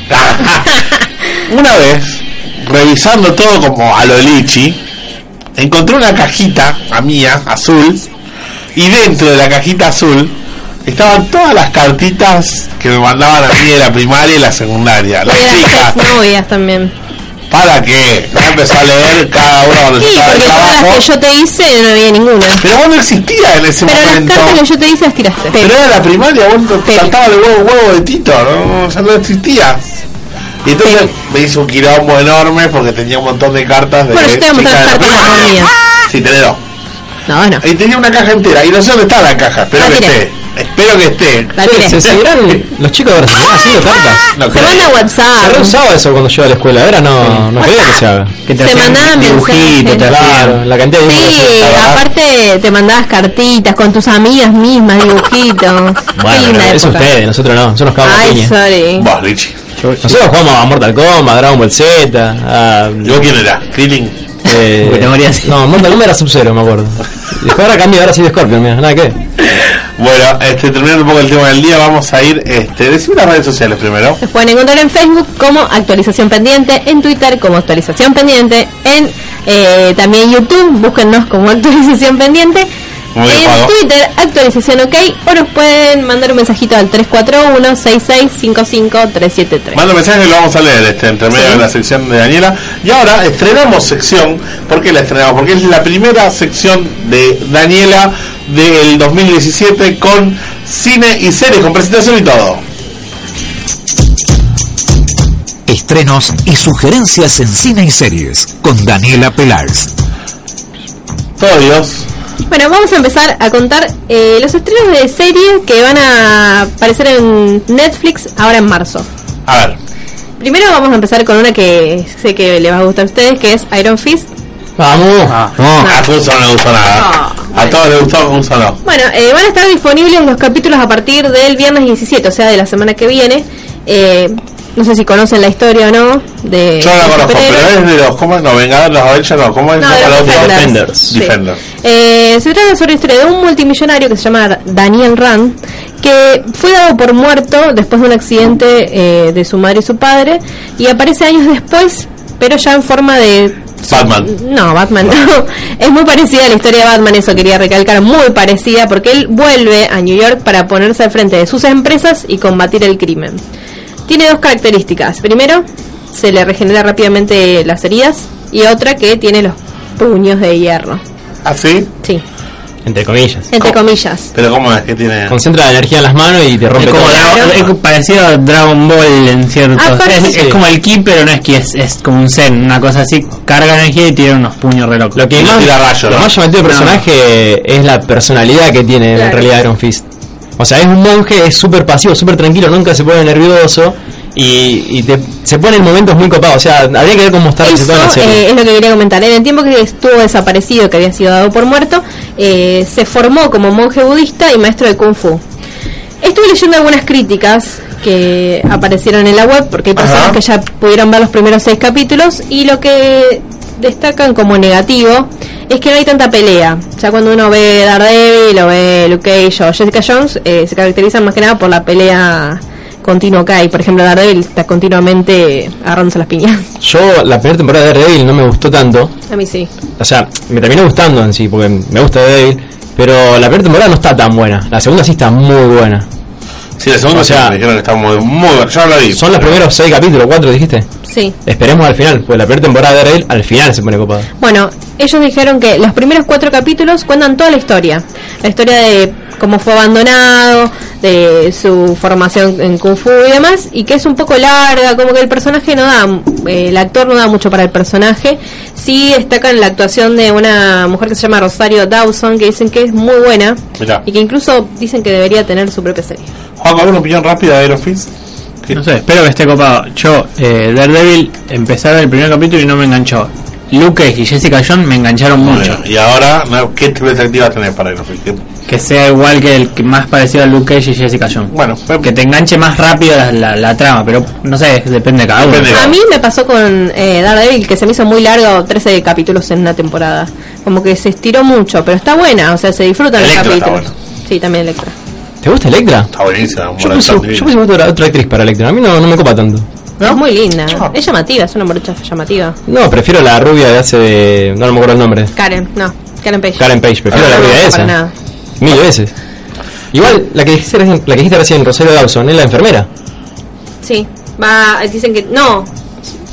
[SPEAKER 6] una vez, revisando todo como a lo lichi, encontré una cajita, a mía, azul, y dentro de la cajita azul estaban todas las cartitas que me mandaban a mí de la primaria y la secundaria. Las
[SPEAKER 8] Eran
[SPEAKER 6] chicas.
[SPEAKER 8] tres novias también.
[SPEAKER 6] ¿Para qué? Ya empezó a leer cada uno cuando
[SPEAKER 8] Sí,
[SPEAKER 6] yo estaba de
[SPEAKER 8] porque todas las
[SPEAKER 6] trabajo.
[SPEAKER 8] que yo te hice no había ninguna.
[SPEAKER 6] Pero vos no existía en ese
[SPEAKER 8] Pero las
[SPEAKER 6] momento.
[SPEAKER 8] cartas que yo te hice las tiraste.
[SPEAKER 6] Pero era la primaria, vos no-
[SPEAKER 8] Pero-
[SPEAKER 6] saltaba de huevo huevo de Tito, no, no, ya no existía. Y entonces me hizo un quilombo enorme porque tenía un montón de cartas de
[SPEAKER 8] Bueno, yo tengo un montón de
[SPEAKER 6] chicas de la
[SPEAKER 8] cartas de la
[SPEAKER 6] primaria.
[SPEAKER 8] mía.
[SPEAKER 6] Sí, tenés dos.
[SPEAKER 8] No, no.
[SPEAKER 6] Y tenía una caja entera. Y no sé dónde está la caja. Espero
[SPEAKER 8] La
[SPEAKER 6] que
[SPEAKER 8] tiré.
[SPEAKER 6] esté. Espero que esté.
[SPEAKER 8] La tiré.
[SPEAKER 7] Se seguirán los chicos de Brasil haciendo tartas.
[SPEAKER 6] No
[SPEAKER 8] Ah, Se
[SPEAKER 6] creo.
[SPEAKER 8] ah, manda
[SPEAKER 7] Se
[SPEAKER 8] WhatsApp.
[SPEAKER 7] reusaba eso cuando yo iba a la escuela, ahora no, no quería que se haga.
[SPEAKER 9] Que te
[SPEAKER 8] Se
[SPEAKER 9] hacían
[SPEAKER 8] mandaban
[SPEAKER 9] dibujitos, te
[SPEAKER 8] mensajes.
[SPEAKER 7] Claro,
[SPEAKER 9] hacían.
[SPEAKER 7] la cantidad de dibujos que
[SPEAKER 8] Sí,
[SPEAKER 7] hacía.
[SPEAKER 8] aparte te mandabas cartitas con tus amigas mismas, dibujitos. Qué
[SPEAKER 7] Bueno,
[SPEAKER 8] linda
[SPEAKER 7] pero eso
[SPEAKER 8] época.
[SPEAKER 7] ustedes, nosotros no, nosotros nos cagamos a
[SPEAKER 8] Ay,
[SPEAKER 7] piña.
[SPEAKER 8] sorry.
[SPEAKER 6] Vos, Richie.
[SPEAKER 7] Nosotros jugamos a Mortal Kombat, a Dragon Ball Z, a...
[SPEAKER 6] ¿Yo quién era? Krillin.
[SPEAKER 7] eh,
[SPEAKER 9] Porque te morías.
[SPEAKER 7] no, Mortal Kombat era Sub-Zero, me acuerdo. Y después ahora cambia, ahora sí de Scorpion, mira, nada que ver.
[SPEAKER 6] Bueno, este, terminando un poco el tema del día, vamos a ir. Este, decime las redes sociales primero.
[SPEAKER 8] Nos pueden encontrar en Facebook como Actualización Pendiente, en Twitter como Actualización Pendiente, en eh, también YouTube, búsquennos como Actualización Pendiente.
[SPEAKER 6] Muy
[SPEAKER 8] en
[SPEAKER 6] pago.
[SPEAKER 8] Twitter, actualización OK, o nos pueden mandar un mensajito al 341-6655-373.
[SPEAKER 6] Manda mensajes y lo vamos a leer este, entre medio
[SPEAKER 8] Sí.
[SPEAKER 6] de la sección de Daniela. Y ahora estrenamos sección. ¿Por qué la estrenamos? Porque es la primera sección de Daniela del 2017 con cine y series, con presentación y todo.
[SPEAKER 10] Estrenos y sugerencias en cine y series con Daniela Pelars.
[SPEAKER 6] Todo Dios.
[SPEAKER 8] Bueno, vamos a empezar a contar eh, los estrenos de series que van a aparecer en Netflix ahora en marzo.
[SPEAKER 6] A ver.
[SPEAKER 8] Primero vamos a empezar con una que sé que les va a gustar a ustedes, que es Iron Fist.
[SPEAKER 7] Vamos.
[SPEAKER 9] Ah.
[SPEAKER 6] A Tuso no le gustó nada. a todos les gustó, a Tuso no.
[SPEAKER 8] Bueno, eh, van a estar disponibles los capítulos a partir del viernes 17, o sea, de la semana que viene. Eh, no sé si conocen la historia o no. De
[SPEAKER 6] Yo no la
[SPEAKER 8] de
[SPEAKER 6] conozco,
[SPEAKER 8] superhéroes.
[SPEAKER 6] pero es de los. ¿Cómo es? No, Vengadores, los Avengers, no. ¿Cómo es?
[SPEAKER 8] No, de los
[SPEAKER 6] Los
[SPEAKER 8] Defenders. Sí.
[SPEAKER 6] Defenders.
[SPEAKER 8] Eh, se trata sobre la historia de un multimillonario que se llama Daniel Rand, que fue dado por muerto después de un accidente eh, de su madre y su padre, y aparece años después, pero ya en forma de...
[SPEAKER 6] Batman.
[SPEAKER 8] No, Batman no. Es muy parecida a la historia de Batman, eso quería recalcar, muy parecida, porque él vuelve a New York para ponerse al frente de sus empresas y combatir el crimen. Tiene dos características. Primero, se le regenera rápidamente las heridas, y otra que tiene los puños de hierro.
[SPEAKER 6] ¿Ah, sí?
[SPEAKER 8] Sí,
[SPEAKER 7] Entre comillas.
[SPEAKER 8] entre comillas.
[SPEAKER 6] Pero ¿cómo es que tiene?
[SPEAKER 7] Concentra la energía en las manos y te
[SPEAKER 9] Es
[SPEAKER 7] rompe
[SPEAKER 9] como
[SPEAKER 7] todo.
[SPEAKER 9] Dragon- es parecido a Dragon Ball en cierto.
[SPEAKER 8] Aparte-
[SPEAKER 9] Es, es como el ki, pero no es ki, es, es como un zen, una cosa así. Carga energía y tira unos puños reloj.
[SPEAKER 7] Lo que
[SPEAKER 6] Y
[SPEAKER 7] más,
[SPEAKER 6] tira rayos,
[SPEAKER 7] lo
[SPEAKER 6] ¿no?
[SPEAKER 7] más llamativo del
[SPEAKER 9] No.
[SPEAKER 7] personaje es la personalidad que tiene en
[SPEAKER 8] Claro.
[SPEAKER 7] realidad Iron Fist. O sea, es un monje, es súper pasivo, súper tranquilo, nunca se pone nervioso y, y te- se pone en momentos muy copados. O sea, habría que ver cómo está
[SPEAKER 8] Eso
[SPEAKER 7] representado en la serie.
[SPEAKER 8] eh, es lo que quería comentar. En el tiempo que estuvo desaparecido, que había sido dado por muerto, eh, se formó como monje budista y maestro de kung fu. Estuve leyendo algunas críticas que aparecieron en la web, porque hay personas
[SPEAKER 6] Ajá.
[SPEAKER 8] que ya pudieron ver los primeros seis capítulos, y lo que destacan como negativo es que no hay tanta pelea. Ya cuando uno ve Daredevil, o ve Luke Cage o Jessica Jones, eh, se caracterizan más que nada por la pelea continua que hay. Por ejemplo, Daredevil está continuamente agarrándose las piñas.
[SPEAKER 7] Yo la primera temporada de Daredevil no me gustó tanto.
[SPEAKER 8] A mí sí.
[SPEAKER 7] O sea, me terminó gustando en sí, porque me gusta Daredevil. Pero la primera temporada no está tan buena. La segunda sí está muy buena.
[SPEAKER 6] Sí, la segunda
[SPEAKER 7] O sea-
[SPEAKER 6] sí, me dijeron que está muy, muy bueno. Yo no la vi.
[SPEAKER 7] Son los primeros seis capítulos, cuatro dijiste.
[SPEAKER 8] Sí.
[SPEAKER 7] Esperemos al final, pues la primera temporada de Daredevil al final se pone copada.
[SPEAKER 8] Bueno, ellos dijeron que los primeros cuatro capítulos cuentan toda la historia. La historia de cómo fue abandonado, de su formación en Kung Fu y demás, y que es un poco larga, como que el personaje no da, eh, el actor no da mucho para el personaje. Sí destacan la actuación de una mujer que se llama Rosario Dawson, que dicen que es muy buena,
[SPEAKER 6] Mirá.
[SPEAKER 8] y que incluso dicen que debería tener su propia serie.
[SPEAKER 6] Juan, ¿alguna opinión rápida de Iron Fist?
[SPEAKER 9] No sé, espero que esté copado. Yo, eh, Daredevil, empecé a ver el primer capítulo y no me enganchó. Luke Cage y Jessica Jones me engancharon mucho.
[SPEAKER 6] Bueno, y ahora, no, ¿qué perspectivas tenés para Iron Fist?
[SPEAKER 9] Que sea igual que el que más parecido a Luke Cage y Jessica Jones.
[SPEAKER 6] Bueno, fue-
[SPEAKER 9] que te enganche más rápido la, la- la trama, pero no sé, depende de cada uno.
[SPEAKER 6] Depende.
[SPEAKER 8] A mí me pasó con eh, Daredevil que se me hizo muy largo 13 capítulos en una temporada. Como que se estiró mucho, pero está buena, o sea, se disfrutan los
[SPEAKER 6] Electra está
[SPEAKER 8] capítulos. Sí, también Electra.
[SPEAKER 7] ¿Te gusta Electra?
[SPEAKER 6] Está buenísima.
[SPEAKER 7] Yo
[SPEAKER 6] Bueno,
[SPEAKER 7] pensé, yo pensé que otra, otra actriz para Electra. A mí no, no me copa tanto.
[SPEAKER 8] Es muy linda. Es llamativa, es una morocha llamativa.
[SPEAKER 7] No, prefiero la rubia de hace. de- eh, No, no me acuerdo el nombre.
[SPEAKER 8] Karen, no, Karen Page.
[SPEAKER 7] Karen Page, prefiero
[SPEAKER 8] No,
[SPEAKER 7] la
[SPEAKER 8] no,
[SPEAKER 7] rubia
[SPEAKER 8] para
[SPEAKER 7] esa.
[SPEAKER 8] nada.
[SPEAKER 7] Mil veces. Igual, la que dijiste recién, la que dijiste recién Rosario Dawson, es la enfermera.
[SPEAKER 8] Sí, va, dicen que. No,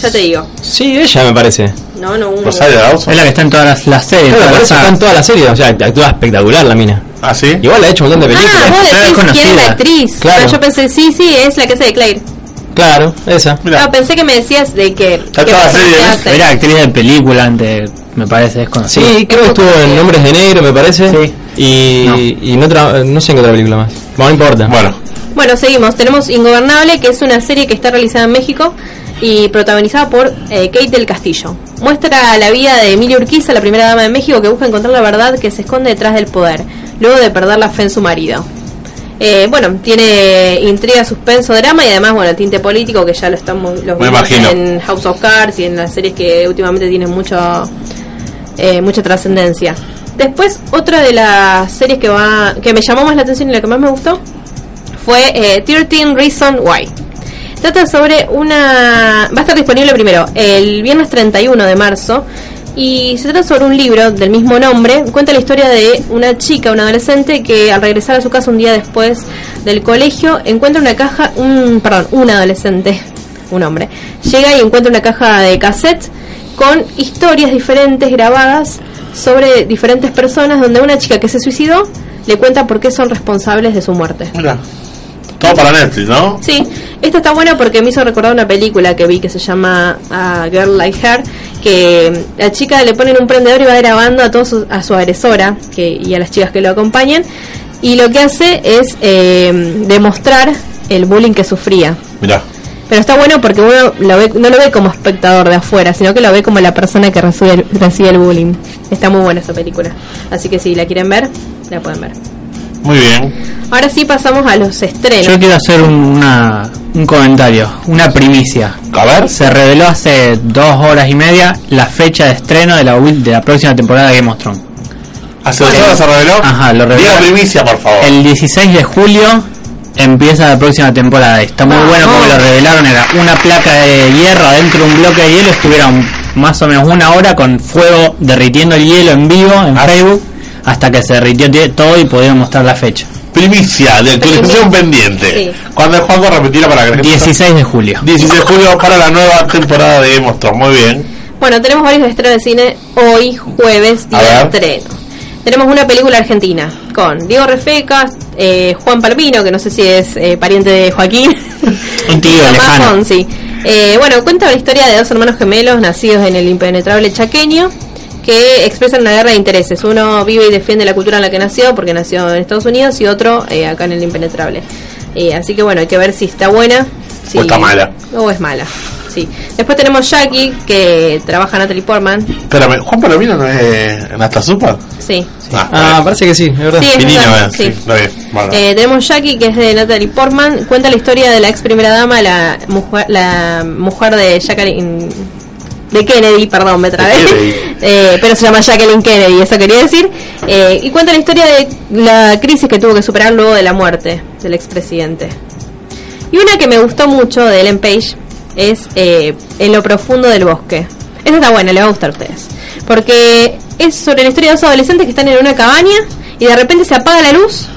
[SPEAKER 8] ya te digo.
[SPEAKER 7] Sí, ella me parece.
[SPEAKER 8] No, no, uno.
[SPEAKER 6] Rosario Dawson.
[SPEAKER 9] Es la que está en todas las, las series.
[SPEAKER 7] Claro,
[SPEAKER 9] todas
[SPEAKER 7] por
[SPEAKER 9] las
[SPEAKER 7] eso está en
[SPEAKER 9] sagas.
[SPEAKER 7] toda la serie. ah, O sea, actúa espectacular la mina.
[SPEAKER 6] ¿Ah, sí?
[SPEAKER 7] Igual ha hecho un montón de
[SPEAKER 8] Ah,
[SPEAKER 7] películas.
[SPEAKER 8] vos
[SPEAKER 9] Está
[SPEAKER 8] decís quién es la
[SPEAKER 9] desconocida.
[SPEAKER 8] actriz.
[SPEAKER 7] Claro.
[SPEAKER 8] Pero yo pensé, sí, sí, es la que hace de Claire.
[SPEAKER 7] Claro, esa.
[SPEAKER 6] Mirá.
[SPEAKER 8] No, pensé que me decías de que.
[SPEAKER 6] Está
[SPEAKER 8] que
[SPEAKER 6] toda la
[SPEAKER 8] personaje
[SPEAKER 6] serie, ¿eh?
[SPEAKER 8] hace.
[SPEAKER 9] Era actriz de película antes. me parece, desconocido.
[SPEAKER 7] Sí, creo que estuvo en Nombres de Negro, me parece. Y, y en otra, no sé en qué otra película más. Bueno, no importa.
[SPEAKER 6] Bueno.
[SPEAKER 8] Bueno, seguimos. Tenemos Ingobernable, que es una serie que está realizada en México y protagonizada por eh, Kate del Castillo. Muestra la vida de Emilia Urquiza, la primera dama de México, que busca encontrar la verdad que se esconde detrás del poder, luego de perder la fe en su marido. Eh, bueno, tiene intriga, suspenso, drama y además, bueno, tinte político que ya lo estamos lo
[SPEAKER 6] Me
[SPEAKER 8] vimos
[SPEAKER 6] imagino.
[SPEAKER 8] en House of Cards y en las series que últimamente tienen mucho eh, mucha trascendencia. Después, otra de las series que va que me llamó más la atención y la que más me gustó fue eh, 13 Reason Why. Trata sobre una... Va a estar disponible primero el viernes 31 de marzo y se trata sobre un libro del mismo nombre. Cuenta la historia de una chica, una adolescente que al regresar a su casa un día después del colegio encuentra una caja, un, perdón, un adolescente, un hombre, llega y encuentra una caja de cassette con historias diferentes grabadas sobre diferentes personas donde una chica que se suicidó le cuenta por qué son responsables de su muerte.
[SPEAKER 6] Todo para Netflix, ¿no?
[SPEAKER 8] Sí, esta está buena porque me hizo recordar una película que vi que se llama ah, Girl Like Her, que mm, la chica le ponen un prendedor y va grabando a todos sus- a su agresora que, y a las chicas que lo acompañan y lo que hace es eh, demostrar el bullying que sufría.
[SPEAKER 6] Mirá.
[SPEAKER 8] Pero está bueno porque uno lo ve- no lo ve como espectador de afuera, sino que lo ve como la persona que recibe el, recibe el bullying. Está muy buena esa película. Así que si la quieren ver, la pueden ver.
[SPEAKER 6] Muy bien.
[SPEAKER 8] Ahora sí pasamos a los estrenos.
[SPEAKER 9] Yo quiero hacer un, una- un comentario, una primicia.
[SPEAKER 6] A ver.
[SPEAKER 9] Se reveló hace dos horas y media la fecha de estreno de la, ul- de la próxima temporada de Game of Thrones.
[SPEAKER 6] ¿Hace dos horas se reveló?
[SPEAKER 9] Ajá, lo reveló.
[SPEAKER 6] Diga primicia, por favor.
[SPEAKER 9] El 16 de julio empieza la próxima temporada. y Está muy
[SPEAKER 7] Ah,
[SPEAKER 9] bueno como lo revelaron. Era una placa de hierro adentro de un bloque de hielo. Estuvieron más o menos una hora con fuego derritiendo el hielo en vivo
[SPEAKER 7] Ah,
[SPEAKER 9] en Facebook hasta que se derritió tie- todo y pudieron mostrar la fecha.
[SPEAKER 6] Primicia de actualización pendiente. ¿Cuándo es cuándo repetirá para que
[SPEAKER 9] 16 de julio.
[SPEAKER 6] 16 de julio para la nueva temporada de Game of Thrones. Muy bien.
[SPEAKER 8] Bueno, tenemos varios estrenos de cine hoy, jueves, día
[SPEAKER 6] A
[SPEAKER 8] de
[SPEAKER 6] ver.
[SPEAKER 8] estreno. Tenemos una película argentina con Diego Refecas, eh, Juan Palmino, que no sé si es eh, pariente de Joaquín.
[SPEAKER 9] Un tío
[SPEAKER 8] Tomás
[SPEAKER 9] lejano.
[SPEAKER 8] Fonsi. Eh, bueno, cuenta la historia de dos hermanos gemelos nacidos en el impenetrable chaqueño que expresan una guerra de intereses. Uno vive y defiende la cultura en la que nació, porque nació en Estados Unidos, y otro eh, acá en el impenetrable. Eh, así que bueno, hay que ver si está buena. Si
[SPEAKER 6] O está mala.
[SPEAKER 8] O es mala. Sí. Después tenemos Jackie, que trabaja Natalie Portman.
[SPEAKER 6] Espérame, Juan Palomino no es en hasta supa.
[SPEAKER 8] Sí.
[SPEAKER 7] Ah, parece que sí, es verdad.
[SPEAKER 8] Sí, es
[SPEAKER 6] Menino,
[SPEAKER 8] verdad,
[SPEAKER 6] eh,
[SPEAKER 8] sí.
[SPEAKER 6] sí, está bien, bueno.
[SPEAKER 8] Eh, tenemos Jackie, que es de Natalie Portman. Cuenta la historia de la ex primera dama, la mujer, la mujer de Jacqueline. De Kennedy, perdón, me trabé.
[SPEAKER 6] Kennedy.
[SPEAKER 8] Eh, pero se llama Jacqueline Kennedy, eso quería decir. Eh, y cuenta la historia de la crisis que tuvo que superar luego de la muerte del expresidente. Y una que me gustó mucho de Ellen Page es eh, En lo profundo del bosque. Esa está buena, le va a gustar a ustedes. Porque es sobre la historia de dos adolescentes que están en una cabaña y de repente se apaga la luz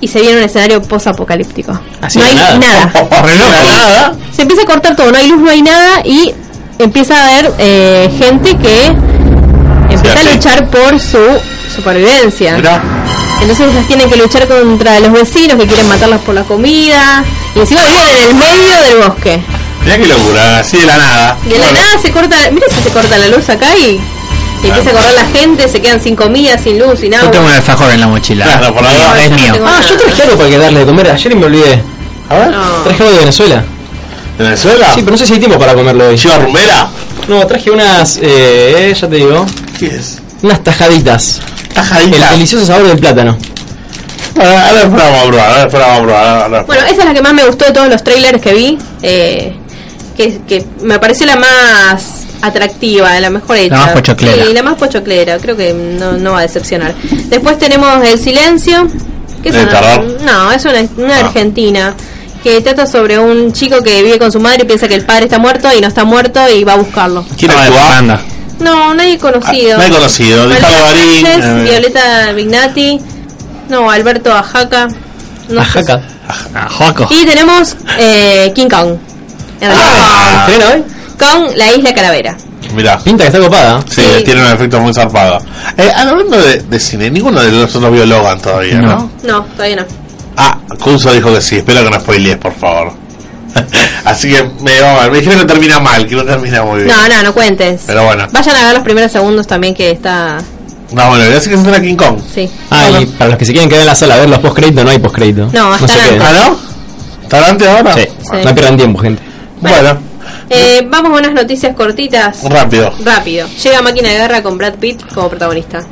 [SPEAKER 8] y se viene un escenario posapocalíptico.
[SPEAKER 9] Así
[SPEAKER 8] No
[SPEAKER 9] de
[SPEAKER 8] hay
[SPEAKER 9] nada.
[SPEAKER 8] nada.
[SPEAKER 6] Reloj, nada.
[SPEAKER 8] Se empieza a cortar todo, no hay luz, no hay nada y empieza a haber eh, gente que empieza
[SPEAKER 6] Sí,
[SPEAKER 8] a
[SPEAKER 6] así.
[SPEAKER 8] luchar por su supervivencia.
[SPEAKER 6] Mirá.
[SPEAKER 8] Entonces ellas tienen que luchar contra los vecinos que quieren matarlas por la comida. Y encima viven en el medio del bosque.
[SPEAKER 6] Mirá qué locura, así de la nada.
[SPEAKER 8] Y de la
[SPEAKER 6] Bueno,
[SPEAKER 8] nada se corta, mira si se corta la luz acá y, y empieza a correr la gente, se quedan sin comida, sin luz, sin
[SPEAKER 9] Yo
[SPEAKER 8] agua.
[SPEAKER 9] tengo un alfajor en la mochila.
[SPEAKER 6] Claro, por la
[SPEAKER 9] Es
[SPEAKER 6] duda.
[SPEAKER 9] mío.
[SPEAKER 8] tengo
[SPEAKER 7] Ah,
[SPEAKER 8] nada.
[SPEAKER 7] yo traje algo para que darle de comer. Ayer me olvidé.
[SPEAKER 6] A ver,
[SPEAKER 8] No.
[SPEAKER 7] Traje algo de Venezuela.
[SPEAKER 6] ¿Venezuela?
[SPEAKER 7] Sí, pero no sé si hay tiempo para comerlo hoy.
[SPEAKER 6] ¿Lleva rumbera?
[SPEAKER 7] No, traje unas, eh, ya te digo,
[SPEAKER 6] ¿Qué es?
[SPEAKER 7] unas tajaditas. El
[SPEAKER 6] Tajadita.
[SPEAKER 7] delicioso sabor del plátano.
[SPEAKER 6] Bueno, Ahora esperamos a probar, ahora esperamos a probar. ahora- ahora-
[SPEAKER 8] Bueno, esa es la que más me gustó de todos los trailers que vi. eh, que, que me pareció la más atractiva, la mejor hecha.
[SPEAKER 9] más pochoclera.
[SPEAKER 8] Sí, la más pochoclera. Creo que no, no va a decepcionar. Después tenemos El Silencio. Que es
[SPEAKER 6] ¿De
[SPEAKER 8] una,
[SPEAKER 6] terror?
[SPEAKER 8] no, es una, una
[SPEAKER 6] Ah.
[SPEAKER 8] argentina. Que trata sobre un chico que vive con su madre y piensa que el padre está muerto y no está muerto y va a buscarlo.
[SPEAKER 6] ¿Quién
[SPEAKER 9] Estaba de
[SPEAKER 6] actúa?
[SPEAKER 9] Fernanda.
[SPEAKER 8] No, nadie conocido.
[SPEAKER 6] Ah, nadie conocido.
[SPEAKER 8] Violeta
[SPEAKER 6] Ricardo Garín,
[SPEAKER 8] Sánchez,
[SPEAKER 6] eh,
[SPEAKER 8] Violeta Vignati. No, Alberto Ajaca. No sé
[SPEAKER 7] Ajaca.
[SPEAKER 9] Ah, Joaco.
[SPEAKER 8] y tenemos eh, King Kong. En realidad.
[SPEAKER 7] ¿Estrena hoy?
[SPEAKER 8] Kong, la isla calavera.
[SPEAKER 6] Mirá.
[SPEAKER 7] Pinta que está copada.
[SPEAKER 6] Sí,
[SPEAKER 8] Sí.
[SPEAKER 6] tiene un efecto muy zarpado. Eh, hablando de, de cine, ninguno de nosotros vio Logan todavía, ¿no?
[SPEAKER 9] No.
[SPEAKER 8] No, todavía no.
[SPEAKER 6] Ah, Kunzo dijo que sí, espero que no spoilees, por favor. Así que me, va mal. me dijeron que termina mal, que no termina muy bien.
[SPEAKER 8] No, no, no cuentes.
[SPEAKER 6] Pero bueno.
[SPEAKER 8] Vayan a ver los primeros segundos también que está.
[SPEAKER 6] No, bueno, gracias que se suena King Kong.
[SPEAKER 8] Sí.
[SPEAKER 7] Ah, y para los que se quieren quedar en la sala a ver los post-créditos, no hay post-crédito.
[SPEAKER 8] No, hasta
[SPEAKER 7] sé qué
[SPEAKER 8] antes.
[SPEAKER 7] es.
[SPEAKER 8] ¿Ah,
[SPEAKER 6] ¿Están antes ahora?
[SPEAKER 7] Sí.
[SPEAKER 8] Sí.
[SPEAKER 7] No pierdan tiempo, gente.
[SPEAKER 6] Bueno,
[SPEAKER 8] Eh, vamos a unas noticias cortitas.
[SPEAKER 6] rápido.
[SPEAKER 8] Rápido. Llega Máquina de Guerra con Brad Pitt como protagonista.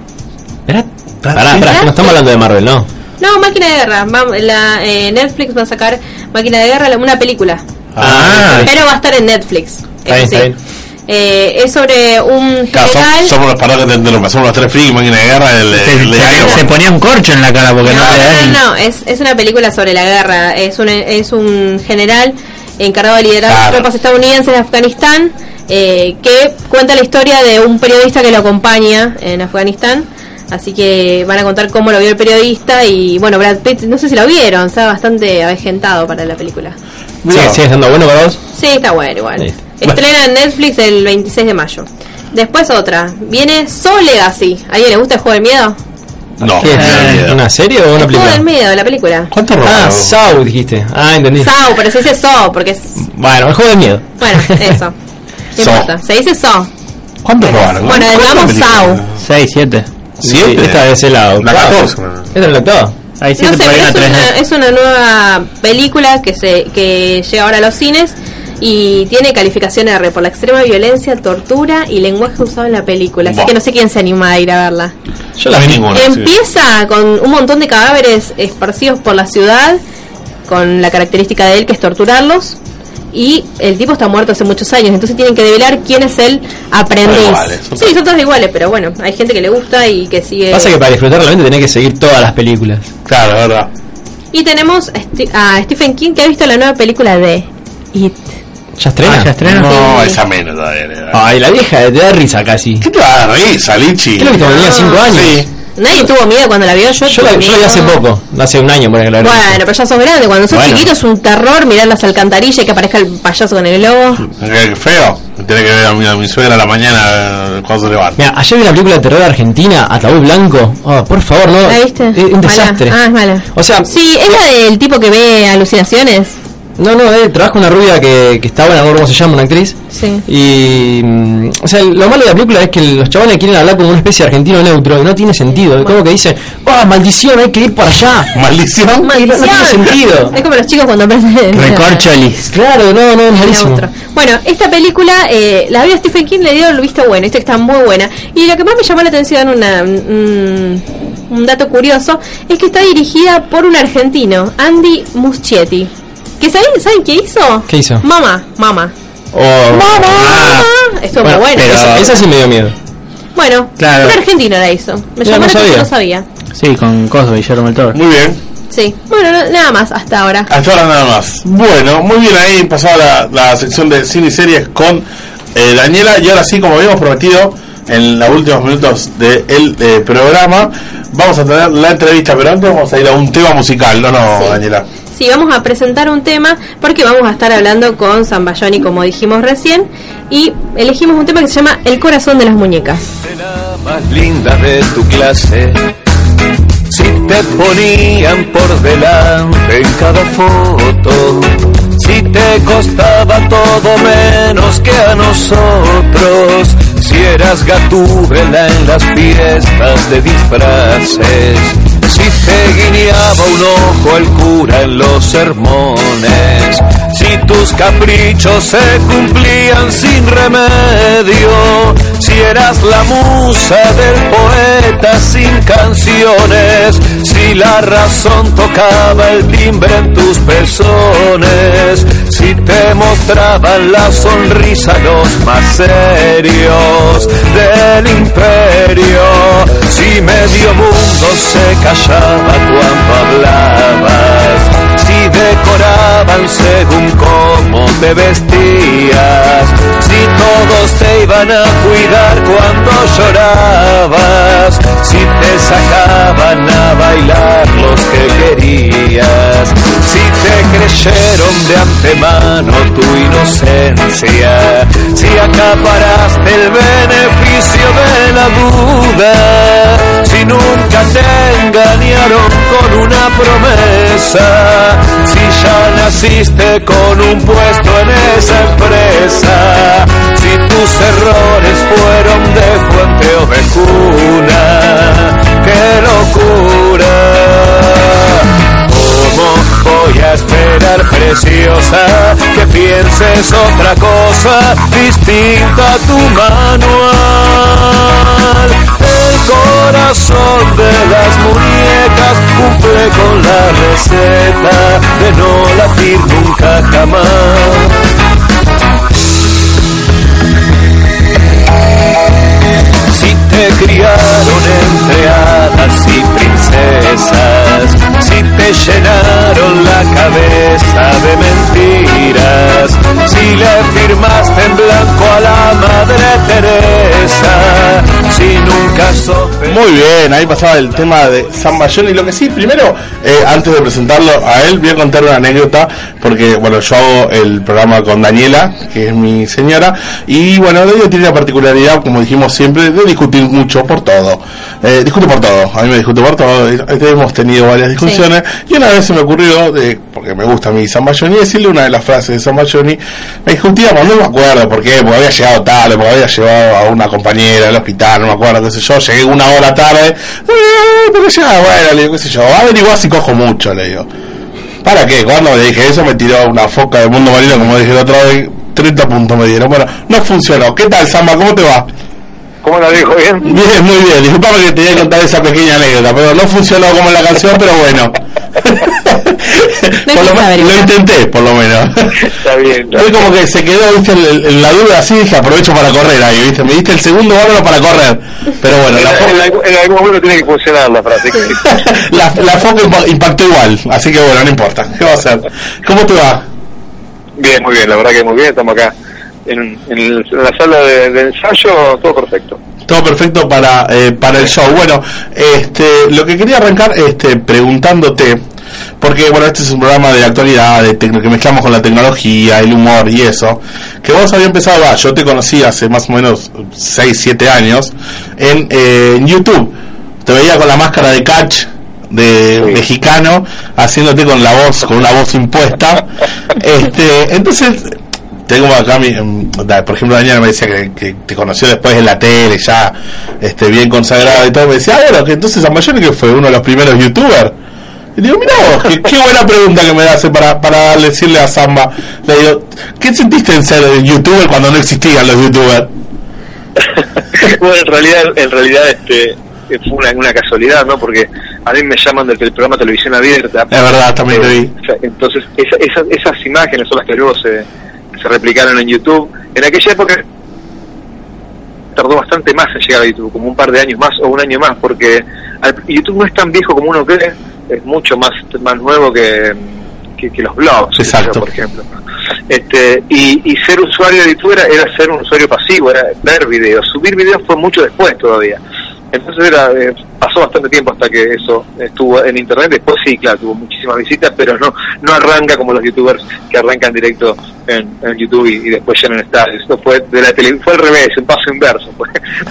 [SPEAKER 7] Pará, pará, que no estamos hablando de Marvel, ¿no?
[SPEAKER 8] No, Máquina de Guerra. Va- la, eh, Netflix va a sacar Máquina de Guerra, la- una película.
[SPEAKER 6] Ah,
[SPEAKER 8] Pero va a estar en Netflix.
[SPEAKER 6] Está
[SPEAKER 8] eso
[SPEAKER 6] bien, está
[SPEAKER 8] sí. Eh, es sobre un
[SPEAKER 6] Claro, som-
[SPEAKER 8] general.
[SPEAKER 6] somos los parados que entendemos, somos los tres frikis, máquina de guerra, el,
[SPEAKER 9] Se,
[SPEAKER 6] el de
[SPEAKER 9] se-
[SPEAKER 6] Iron Man.
[SPEAKER 9] se ponía un corcho en la cara porque no, le da
[SPEAKER 8] no,
[SPEAKER 9] ni-
[SPEAKER 8] no, no, es, es una película sobre la guerra. Es un, es un general encargado de liderar
[SPEAKER 6] Claro.
[SPEAKER 8] tropas estadounidenses de Afganistán eh, que cuenta la historia de un periodista que lo acompaña en Afganistán. Así que van a contar cómo lo vio el periodista y bueno, Brad Pitt, no sé si lo vieron, está bastante avejentado para la película.
[SPEAKER 7] Sí,
[SPEAKER 6] Mirá.
[SPEAKER 7] sigue estando bueno para vos.
[SPEAKER 8] Sí, está bueno igual.
[SPEAKER 7] Listo.
[SPEAKER 8] Estrena en Netflix el 26 de mayo. Después otra. Viene Soul Legacy. ¿A alguien le gusta el juego del miedo?
[SPEAKER 6] No,
[SPEAKER 7] ¿Qué?
[SPEAKER 6] me da miedo.
[SPEAKER 7] ¿Una serie o una
[SPEAKER 8] el juego del
[SPEAKER 7] película?
[SPEAKER 8] miedo, la película.
[SPEAKER 6] ¿Cuánto
[SPEAKER 7] Ah,
[SPEAKER 6] robaron?
[SPEAKER 7] Saw dijiste. Ah, entendí.
[SPEAKER 8] Sao, pero se dice So, porque es...
[SPEAKER 7] Bueno, el juego de miedo.
[SPEAKER 8] Bueno, eso. No
[SPEAKER 6] So.
[SPEAKER 8] importa. Se dice So.
[SPEAKER 6] ¿Cuánto robaron?
[SPEAKER 8] Bueno,
[SPEAKER 6] ¿Cuántas
[SPEAKER 8] digamos
[SPEAKER 6] películas?
[SPEAKER 8] Sau.
[SPEAKER 9] Seis, siete.
[SPEAKER 6] ¿Siete?
[SPEAKER 7] Sí, Esta es el lado.
[SPEAKER 6] La 14.
[SPEAKER 7] Esta es la octava.
[SPEAKER 9] Hay
[SPEAKER 8] No
[SPEAKER 9] siete
[SPEAKER 8] sé,
[SPEAKER 9] por ahí
[SPEAKER 8] pero
[SPEAKER 9] una
[SPEAKER 8] es
[SPEAKER 9] tres.
[SPEAKER 8] una, es una nueva película que, se, que llega ahora a los cines y tiene calificación R por la extrema violencia, tortura y lenguaje usado en la película. Así
[SPEAKER 6] Buah.
[SPEAKER 8] que no sé quién se anima a ir a verla.
[SPEAKER 6] Yo la vi ninguna.
[SPEAKER 7] Ah,
[SPEAKER 8] Empieza con un montón de cadáveres esparcidos por la ciudad, con la característica de él que es torturarlos. Y el tipo está muerto hace muchos años, entonces tienen que develar quién es el aprendiz.
[SPEAKER 6] Son iguales, son
[SPEAKER 8] sí, son todos iguales, pero bueno, hay gente que le gusta y que sigue.
[SPEAKER 7] Pasa que para disfrutar realmente tenés que seguir todas las películas.
[SPEAKER 6] Claro, la verdad.
[SPEAKER 8] Y tenemos a, Sti- a Stephen King que ha visto la nueva película de It.
[SPEAKER 7] ¿Ya estrena?
[SPEAKER 9] Ah, ya estrena.
[SPEAKER 6] No,
[SPEAKER 8] Sí.
[SPEAKER 6] esa menos todavía. le da.
[SPEAKER 7] Ay, la vieja te da risa casi.
[SPEAKER 6] ¿Qué te va a dar risa, Lichi?
[SPEAKER 7] Creo que cuando tenía 5 años.
[SPEAKER 6] Sí.
[SPEAKER 8] Nadie tuvo miedo cuando la vio,
[SPEAKER 7] Yo
[SPEAKER 8] yo,
[SPEAKER 7] la, yo
[SPEAKER 8] tuve
[SPEAKER 7] la vi
[SPEAKER 8] miedo.
[SPEAKER 7] hace poco, hace un año por ahí que la vi.
[SPEAKER 8] Bueno, pero ya sos grande, cuando sos
[SPEAKER 6] Bueno.
[SPEAKER 8] chiquito es un terror mirar las alcantarillas y que aparezca el payaso con el globo.
[SPEAKER 6] Qué feo. Tiene que ver a mi, a mi suegra a la mañana eh, cuando se levanta.
[SPEAKER 7] Mira, ayer vi una película de terror argentina, Ataúd Blanco. Oh, por favor, no.
[SPEAKER 8] ¿La viste?
[SPEAKER 7] Es un
[SPEAKER 8] Mala.
[SPEAKER 7] desastre.
[SPEAKER 8] Ah, es mala.
[SPEAKER 7] O sea,
[SPEAKER 8] Sí, es la del tipo que ve alucinaciones.
[SPEAKER 7] no, no, eh, trabaja una rubia que, que está buena, no recuerdo cómo se llama, una actriz.
[SPEAKER 8] Sí.
[SPEAKER 7] Y. mm, o sea, lo malo de la película es que los chavales quieren hablar como una especie de argentino neutro y no tiene sentido. Es Como que dicen, ¡ah, maldición, hay que ir para allá!
[SPEAKER 6] Maldición.
[SPEAKER 7] Y No, no tiene sentido.
[SPEAKER 8] Es como los chicos cuando aprenden.
[SPEAKER 9] Recorcholis.
[SPEAKER 7] Claro, no, no, es
[SPEAKER 8] Era
[SPEAKER 7] malísimo.
[SPEAKER 8] otro. Bueno, esta película eh, la vio Stephen King, le dio el visto bueno, dice que está muy buena. Y lo que más me llamó la atención, una, mm, un dato curioso, es que está dirigida por un argentino, Andy Muschietti. ¿Que saben, ¿Saben qué hizo?
[SPEAKER 7] ¿Qué hizo?
[SPEAKER 8] Mamá, mamá.
[SPEAKER 7] O-
[SPEAKER 6] Oh.
[SPEAKER 7] Ah,
[SPEAKER 8] Mamá. Estuvo
[SPEAKER 7] bueno,
[SPEAKER 8] muy bueno.
[SPEAKER 7] pero esa, esa sí me dio miedo.
[SPEAKER 8] Bueno,
[SPEAKER 9] Claro.
[SPEAKER 8] un argentino la hizo. Me
[SPEAKER 7] Mira,
[SPEAKER 8] llamó
[SPEAKER 7] no
[SPEAKER 8] la atención,
[SPEAKER 7] sabía.
[SPEAKER 8] no sabía.
[SPEAKER 9] Sí, con Cosmo y Guillermo el Toro.
[SPEAKER 6] Muy bien.
[SPEAKER 8] Sí. Bueno, no- nada más hasta ahora.
[SPEAKER 6] Hasta ahora nada más. Bueno, muy bien ahí pasaba la, la sección de cine y series con eh, Daniela. Y ahora sí, como habíamos prometido en los últimos minutos del programa, vamos a tener la entrevista. Pero antes vamos a ir a un tema musical, ¿no, no,
[SPEAKER 8] Sí.
[SPEAKER 6] Daniela?
[SPEAKER 8] Sí, vamos a presentar un tema porque vamos a estar hablando con Zambayoni, como dijimos recién, y elegimos un tema que se llama El corazón de las muñecas.
[SPEAKER 11] la más linda de tu clase. Si te ponían por delante en cada foto, si te costaba todo menos que a nosotros, si eras gatúbela en las fiestas de disfraces, si te guiñaba un ojo el cura en los sermones, si tus caprichos se cumplían sin remedio, si eras la musa del poeta sin canciones, si la razón tocaba el timbre en tus pezones, si te mostraban la sonrisa los más serios del imperio, si medio mundo se callaba cuando hablabas, si decoraban según cómo te vestías, si todos te iban a cuidar cuando llorabas, si te sacaban a bailar los que querías, si te creyeron de antemano tu inocencia, si acaparaste el beneficio de la duda, si
[SPEAKER 12] nunca te engañaron con una promesa. Si ya naciste con un puesto en esa empresa. Si tus errores fueron de fuente o de cuna. ¡Qué locura! ¿Cómo voy a esperar, preciosa, que pienses otra cosa distinta a tu manual? El corazón de las muñecas cumple con la receta de no latir nunca jamás. Si te criaron entre hadas y princesas, si te llenaron la cabeza de mentiras, si le firmaste en blanco a la madre Teresa, si nunca sope
[SPEAKER 6] Muy bien, ahí pasaba el tema de San Bayón y lo que sí, primero, eh, antes de presentarlo a él, voy a contar una anécdota, porque bueno, yo hago el programa con Daniela, que es mi señora, y bueno, ella tiene la particularidad, como dijimos siempre, de discutir mucho por todo. Eh, discute por todo, a mí me discute por todo, y este, hemos tenido varias discusiones, y una vez se me ocurrió, de, porque me gusta a mí San Bayón, y decirle una de las frases de San Bayón, y me discutíamos, no me acuerdo por qué, porque había llegado tarde, porque había llevado a una compañera al hospital, no me acuerdo, qué sé yo, llegué una hora tarde, "Eh, pero ya, bueno, le digo, qué sé yo, averiguar si cojo mucho, le digo. ¿Para qué? Cuando le dije eso me tiró una foca de mundo marino, como dije la otra vez, 30 puntos me dieron. Bueno, no funcionó. ¿Qué tal, Samba? ¿Cómo te va?
[SPEAKER 12] ¿Cómo la dijo? ¿Bien?
[SPEAKER 6] Bien, muy bien. Disculpame que te voy a contar esa pequeña anécdota, pero no funcionó como la canción, pero bueno. Por lo, menos- lo intenté, por lo menos.
[SPEAKER 12] Está bien.
[SPEAKER 6] Fue como que se quedó, viste, en, en la duda así, dije, aprovecho para correr ahí, viste, me diste el segundo bárbaro para correr. Pero bueno, la, fo-
[SPEAKER 12] en, algún- en algún momento tiene que funcionar la frase.
[SPEAKER 6] la, la foca impa- impactó igual, así que bueno, no importa, ¿qué va a hacer? ¿Cómo te va?
[SPEAKER 12] Bien, muy bien, la verdad que muy bien, estamos acá. En, en la sala de, de ensayo, todo perfecto.
[SPEAKER 6] Todo perfecto para, eh, para el show. Bueno, este, lo que quería arrancar este, preguntándote, porque bueno, este es un programa de actualidad, de tecno- que mezclamos con la tecnología, el humor y eso, que vos habías empezado, va, yo te conocí hace más o menos 6, 7 años, en, eh, en YouTube. Te veía con la máscara de catch de mexicano, haciéndote con la voz, con una voz impuesta. este, entonces, tengo acá mi, em, da- por ejemplo Daniela me decía que, que te conoció después en la tele ya este bien consagrada y todo me decía ah bueno que entonces a mayor que fue uno de los primeros youtubers y digo mira vos qué, qué buena pregunta que me hace para, para decirle a Samba le digo ¿qué sentiste en ser youtuber cuando no existían los youtubers?
[SPEAKER 12] bueno, en realidad, en realidad este eh, fue una, una casualidad, ¿no? Porque a mí me llaman del, del programa Televisión Abierta.
[SPEAKER 6] Es verdad, también lo vi.
[SPEAKER 12] O sea, Entonces, esa- esa- esas imágenes son las que luego se, se replicaron en YouTube. En aquella época tardó bastante más en llegar a YouTube, como un par de años más o un año más, porque al- YouTube no es tan viejo como uno cree, es mucho más, más nuevo que, que, que los blogs, qué sé yo,
[SPEAKER 6] Exacto.
[SPEAKER 12] por ejemplo. Este, y, y ser usuario de YouTube era, era ser un usuario pasivo, era ver videos. Subir videos fue mucho después todavía. Entonces era, eh, pasó bastante tiempo hasta que eso estuvo en internet. Después sí, claro, tuvo muchísimas visitas, pero no no arranca como los youtubers que arrancan directo en, en YouTube y, y después llenan estadios. Esto fue de la tele, fue al revés, un paso inverso. Fue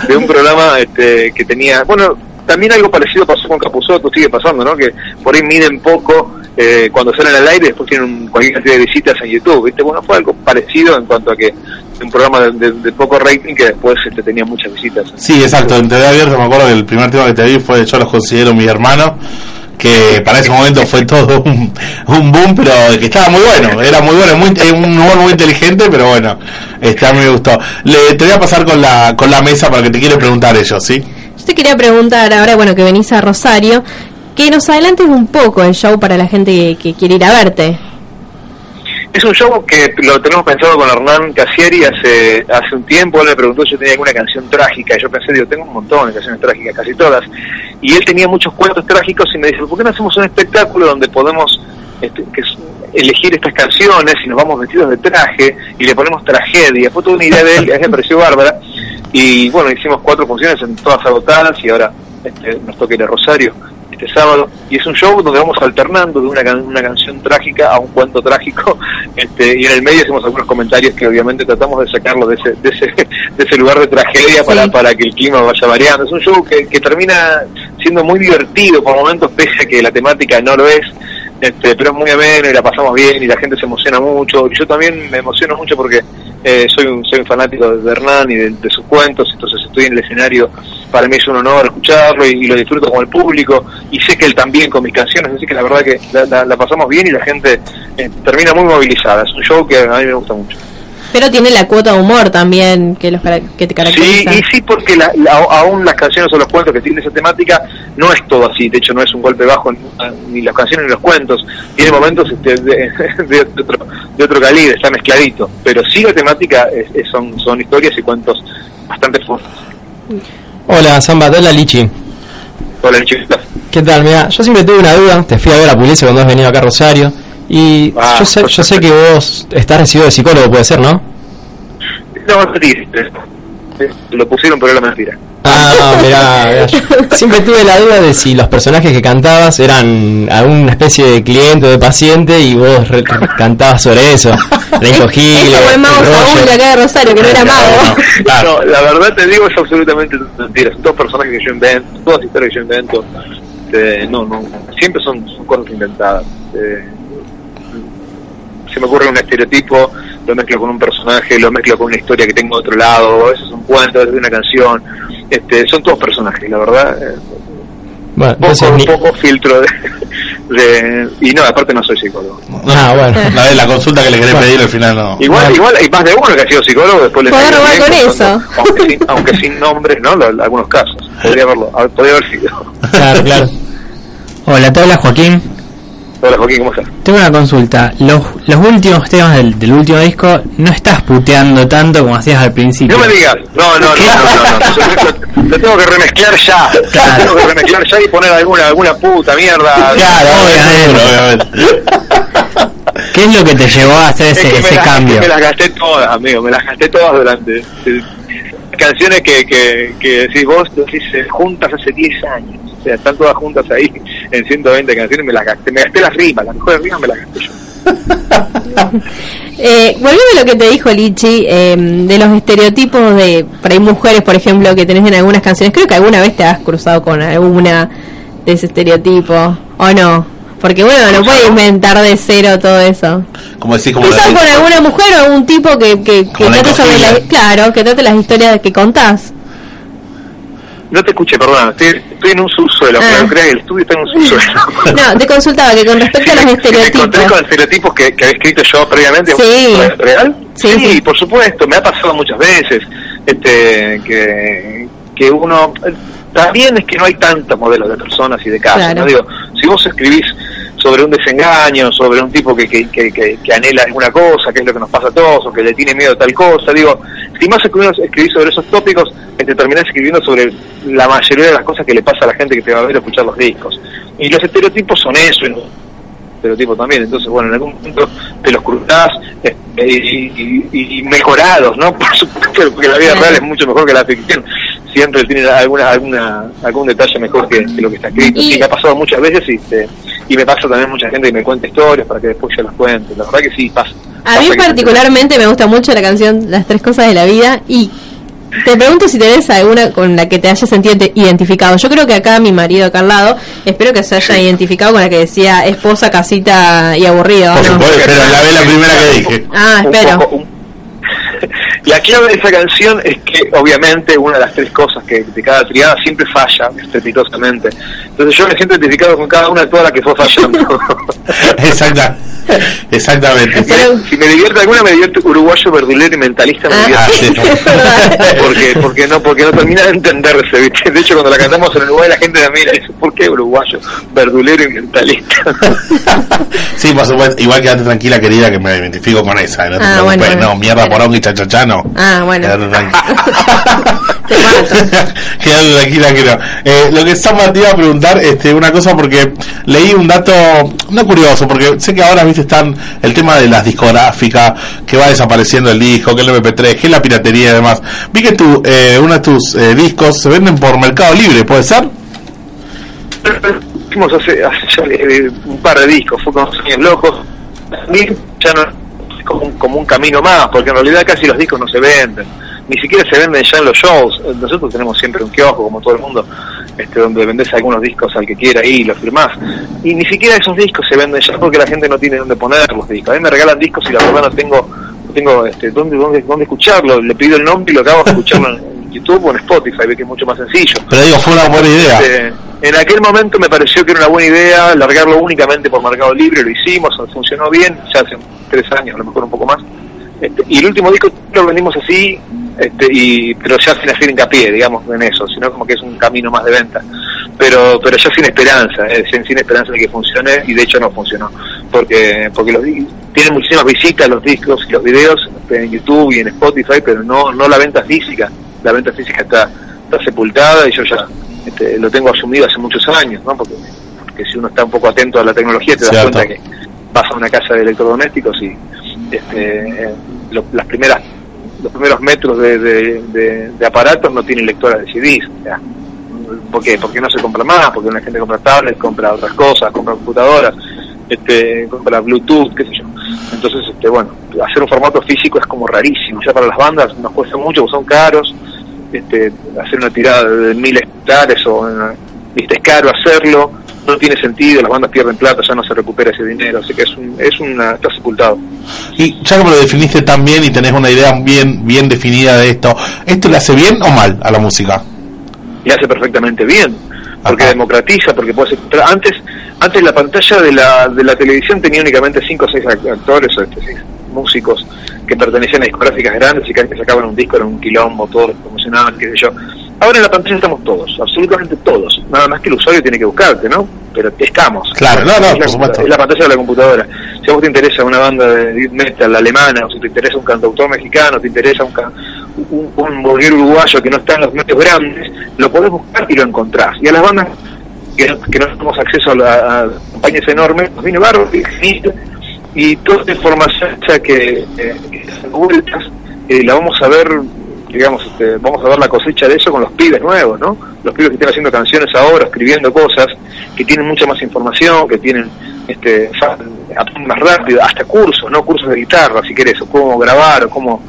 [SPEAKER 12] de un programa este, que tenía, bueno, también algo parecido pasó con Capuzotto, sigue pasando, ¿no? Que por ahí miden poco eh, cuando salen al aire, después tienen un- cualquier cantidad de visitas en YouTube, ¿viste? Bueno, fue algo parecido en cuanto a que un programa de, de- de poco rating que después este, tenía muchas visitas.
[SPEAKER 6] Sí, exacto, en TV abierta me acuerdo que el primer tema que te vi fue Yo los considero mis hermanos, que para ese momento fue todo un, un boom, pero que estaba muy bueno, era muy bueno, muy, eh, un humor muy inteligente, pero bueno, este, a mí me gustó. Le, te voy a pasar con la, con la mesa para que te quiero preguntar ellos, ¿sí?
[SPEAKER 8] Yo te quería preguntar ahora, bueno, que venís a Rosario, que nos adelantes un poco el show para la gente que, que quiere ir a verte.
[SPEAKER 12] Es un show que lo tenemos pensado con Hernán Casieri hace, hace un tiempo. Él me preguntó si yo tenía alguna canción trágica. Y yo pensé, digo, tengo un montón de canciones trágicas, casi todas. Y él tenía muchos cuentos trágicos y me dice, ¿por qué no hacemos un espectáculo donde podemos este, que es- elegir estas canciones y nos vamos vestidos de traje y le ponemos tragedia? Fue toda una idea de él, y a mí me pareció bárbara. Y bueno, hicimos cuatro funciones en todas agotadas y ahora este, nos toca ir a Rosario este sábado y es un show donde vamos alternando de una, can- una canción trágica a un cuento trágico este, y en el medio hacemos algunos comentarios que obviamente tratamos de sacarlo de ese, de ese, de ese lugar de tragedia para, para que el clima vaya variando. Es un show que, que termina siendo muy divertido por momentos, pese a que la temática no lo es, este, pero es muy ameno y la pasamos bien y la gente se emociona mucho. Y yo también me emociono mucho porque eh, soy, un, soy un fanático de Hernán y de, de sus cuentos, entonces estoy en el escenario, para mí es un honor escucharlo y, y lo disfruto con el público y sé que él también con mis canciones, así que la verdad que la, la- la pasamos bien y la gente eh, termina muy movilizada. Es un show que a mí me gusta mucho.
[SPEAKER 8] Pero tiene la cuota de humor también que, los, cara- que te
[SPEAKER 12] Sí,
[SPEAKER 8] caracteriza.
[SPEAKER 12] y sí, porque la- la- aún las canciones o los cuentos que tienen esa temática no es todo así. De hecho, no es un golpe bajo en- ni las canciones ni los cuentos. Tiene momentos este, de, de otro, de otro calibre, está mezcladito. Pero sí, la temática es- es- son, son historias y cuentos bastante fuertes.
[SPEAKER 7] Hola, Samba, te habla Lichi.
[SPEAKER 12] Hola, chicos.
[SPEAKER 7] ¿Qué tal? Mira, yo siempre tuve una duda. Te fui a ver a Pugliese cuando has venido acá a Rosario. Y yo, sé, yo sé que vos estás recibido de psicólogo, puede ser, ¿no?
[SPEAKER 12] No, es triste. Lo pusieron, pero era mentira.
[SPEAKER 7] Ah, mirá, mirá. Siempre tuve la duda de si los personajes que cantabas eran alguna especie de cliente o de paciente y vos re- cantabas sobre eso. Renco Gil,
[SPEAKER 8] Es como el mago
[SPEAKER 7] Roger.
[SPEAKER 8] Saúl de acá de Rosario, que no era mago.
[SPEAKER 12] No, la verdad te digo, es absolutamente mentira. Son todos personajes que yo invento, todas historias que yo invento. Este, no, no, siempre son, son cosas inventadas. Eh, se me ocurre un estereotipo, lo mezclo con un personaje, lo mezclo con una historia que tengo de otro lado, a veces un cuento, a veces una canción. Este, son todos personajes, la verdad. eh,
[SPEAKER 7] Bueno,
[SPEAKER 12] poco,
[SPEAKER 7] entonces ni-
[SPEAKER 12] poco filtro de, de- Y no, aparte no soy psicólogo.
[SPEAKER 7] Ah, bueno.
[SPEAKER 6] La de la consulta que le querés
[SPEAKER 12] Bueno.
[SPEAKER 6] pedir al final no.
[SPEAKER 12] Igual, igual hay más de uno que ha sido psicólogo después le
[SPEAKER 8] Podés
[SPEAKER 12] salió
[SPEAKER 8] robar
[SPEAKER 12] bien,
[SPEAKER 8] con
[SPEAKER 12] contando, Aunque sin, aunque sin nombres, ¿no? Lo- algunos casos. Podría haberlo, haber- podría haber sido.
[SPEAKER 7] Claro, claro.
[SPEAKER 9] Hola, te habla Joaquín.
[SPEAKER 12] Hola Joaquín, ¿cómo estás?
[SPEAKER 9] Tengo una consulta. Los, los últimos temas del, del último disco no estás puteando tanto como hacías al principio.
[SPEAKER 12] No me digas. No, no, no, no, no, no. Yo- Lo, lo tengo que remezclar ya. Lo tengo que remezclar ya y poner alguna, alguna puta mierda.
[SPEAKER 9] Claro, obviamente. ¿Qué es lo que te llevó a hacer
[SPEAKER 12] Es
[SPEAKER 9] ese,
[SPEAKER 12] que me
[SPEAKER 9] ese
[SPEAKER 12] las-
[SPEAKER 9] cambio?
[SPEAKER 12] Me las gasté todas, amigo, me las gasté todas durante. eh, Canciones que, que, que decís vos, decís eh, juntas hace 10 años. O sea, están todas juntas ahí en 120 canciones. Me las gasté, me gasté las rimas, las mejores rimas me las gasté yo.
[SPEAKER 8] Eh, volviendo a lo que te dijo Lichi, eh, de los estereotipos de, por ahí mujeres, por ejemplo, que tenés en algunas canciones, creo que alguna vez te has cruzado con alguna de ese estereotipo, ¿o no? Porque bueno, no puede inventar de cero todo eso.
[SPEAKER 6] Como decís, como la,
[SPEAKER 8] Cruzado con alguna mujer o algún tipo que, que, que
[SPEAKER 6] Como la
[SPEAKER 8] trate sobre
[SPEAKER 6] encogida.
[SPEAKER 8] la- claro, que trate las historias que contás.
[SPEAKER 12] No te escuché, perdón, estoy, estoy en un subsuelo,
[SPEAKER 8] Ah.
[SPEAKER 12] pero creas que el estudio está en un subsuelo.
[SPEAKER 8] No, te consultaba que con respecto a los
[SPEAKER 12] Me
[SPEAKER 8] estereotipos.
[SPEAKER 12] encontré con estereotipos que, que había escrito yo previamente.
[SPEAKER 8] Sí.
[SPEAKER 12] ¿Es ¿Real? Sí, por supuesto, me ha pasado muchas veces este que, que uno... También es que no hay tantos modelos de personas y de casos.
[SPEAKER 13] Claro.
[SPEAKER 12] ¿no? Digo, si vos escribís sobre un desengaño, sobre un tipo que, que, que, que- que anhela alguna cosa, que es lo que nos pasa a todos, o que le tiene miedo a tal cosa, digo, si más escribís escribís sobre esos tópicos, te terminás escribiendo sobre la mayoría de las cosas que le pasa a la gente que te va a ver o escuchar los discos. Y los estereotipos son eso, en- estereotipos también. Entonces, bueno, en algún punto te los cruzás eh, y, y- y mejorados, ¿no? Por supuesto, porque la vida real es mucho mejor que la ficción. Siempre tiene alguna, alguna, algún detalle mejor que, que lo que está escrito.
[SPEAKER 8] Y-
[SPEAKER 12] Sí, me ha pasado muchas veces y, este, y me pasa también mucha gente que me cuenta historias para que después yo las cuente. La verdad que sí, pasa.
[SPEAKER 8] A mí
[SPEAKER 12] Pasa que-
[SPEAKER 8] particularmente me gusta mucho la canción Las tres cosas de la vida y te pregunto si tenés alguna con la que te hayas sentido te- identificado. Yo creo que acá mi marido acá al lado, espero que se haya identificado con la que decía esposa, casita y aburrido. ¿no?
[SPEAKER 6] pero la ve la primera que dije.
[SPEAKER 8] Ah, espero.
[SPEAKER 12] La clave de esa canción es que, obviamente, una de las tres cosas que de cada triada siempre falla estrepitosamente. Entonces yo me siento identificado con cada una de todas las que fue fallando.
[SPEAKER 6] Exacta, exactamente.
[SPEAKER 12] si me divierte alguna, me divierte uruguayo, verdulero y mentalista.
[SPEAKER 8] Ah,
[SPEAKER 12] Me divierte. porque, porque, no, porque no termina de entenderse. ¿viste? De hecho, cuando la cantamos en Uruguay, la gente también dice, ¿por qué uruguayo, verdulero y mentalista?
[SPEAKER 6] Sí, por supuesto. Igual quédate tranquila, querida, que me identifico con esa. ¿eh? No te
[SPEAKER 8] Ah,
[SPEAKER 6] preocupes,
[SPEAKER 8] bueno, bueno.
[SPEAKER 6] no, mierda, morón y chachachano.
[SPEAKER 8] Ah, bueno.
[SPEAKER 6] Quédate tranquila. Quédate tranquila que no. Eh, lo que Samba te iba a preguntar, este, una cosa, porque leí un dato, no curioso, porque sé que ahora, viste, están el tema de las discográficas, que va desapareciendo el disco, que el MP3, que la piratería y demás. Vi que tu, eh, uno de tus eh, discos se venden por Mercado Libre, ¿puede ser?
[SPEAKER 12] Hicimos hace, hace ya, eh, un par de discos, fue con Sueños Locos. Ya no es como un, como un camino más, porque en realidad casi los discos no se venden. ni siquiera se venden ya en los shows. Nosotros tenemos siempre un kiosco, como todo el mundo, este, donde vendés algunos discos al que quiera ahí y los firmás. Y ni siquiera esos discos se venden ya porque la gente no tiene dónde poner los discos. A mí me regalan discos y la verdad no tengo no tengo este, dónde, dónde, dónde escucharlo. Le pido el nombre y lo acabo de escucharlo en, en YouTube o en Spotify, ve que es mucho más sencillo.
[SPEAKER 6] Pero digo, fue una buena idea.
[SPEAKER 12] Este, en aquel momento me pareció que era una buena idea largarlo únicamente por Mercado Libre, lo hicimos, funcionó bien, ya hace tres años, a lo mejor un poco más. Este, y el último disco lo vendimos así, este, y, pero ya sin hacer hincapié, digamos, en eso, sino como que es un camino más de venta. Pero pero ya sin esperanza, eh, sin, sin esperanza de que funcione, y de hecho no funcionó. Porque porque los di- tienen muchísimas visitas los discos y los videos este, en YouTube y en Spotify, pero no no la venta física. La venta física está, está sepultada y yo ya este, lo tengo asumido hace muchos años, ¿no? Porque, porque si uno está un poco atento a la tecnología, te das
[SPEAKER 6] Cierto.
[SPEAKER 12] cuenta que vas a una casa de electrodomésticos y este, eh, lo- las primeras los primeros metros de, de- de- de aparatos no tienen lectora de CDs. o sea, ¿Por qué? Porque no se compra más, porque la gente compra tablets, compra otras cosas, compra computadoras, este, compra Bluetooth, qué sé yo. Entonces, este, bueno, hacer un formato físico es como rarísimo. Ya para las bandas nos cuesta mucho, porque son caros. Este, hacer una tirada de mil hectares o eh, viste, es caro hacerlo. No tiene sentido, las bandas pierden plata, ya no se recupera ese dinero, así que es, un, es una, está sepultado.
[SPEAKER 6] Y ya que me lo definiste tan bien y tenés una idea bien, bien definida de esto, ¿esto le hace bien o mal a la música?
[SPEAKER 12] y hace perfectamente bien porque democratiza porque puedes escuchar- antes antes la pantalla de la, de la televisión tenía únicamente cinco o seis act- actores o este, seis músicos que pertenecían a discográficas grandes y cada vez que sacaban un disco era un quilombo todos los promocionaban qué sé yo ahora en la pantalla estamos todos absolutamente todos nada más que el usuario tiene que buscarte no pero estamos
[SPEAKER 6] Claro, no, no,
[SPEAKER 12] es,
[SPEAKER 6] por
[SPEAKER 12] la,
[SPEAKER 6] supuesto.
[SPEAKER 12] es la pantalla de la computadora si a vos te interesa una banda de death metal alemana o si te interesa un cantautor mexicano te interesa un, ca- un, un burguero uruguayo que no está en los medios grandes, lo podés buscar y lo encontrás. Y a las bandas que no, que no tenemos acceso a, la- a campañas enormes, nos viene barro y, existe, y toda esta información ya que, eh, que está dando vueltas, eh, la vamos a ver, digamos, este, vamos a ver la cosecha de eso con los pibes nuevos, ¿no? Los pibes que están haciendo canciones ahora, escribiendo cosas, que tienen mucha más información, que tienen este fa- aprenden más rápido, hasta cursos, ¿no? Cursos de guitarra, si querés, o cómo grabar, o cómo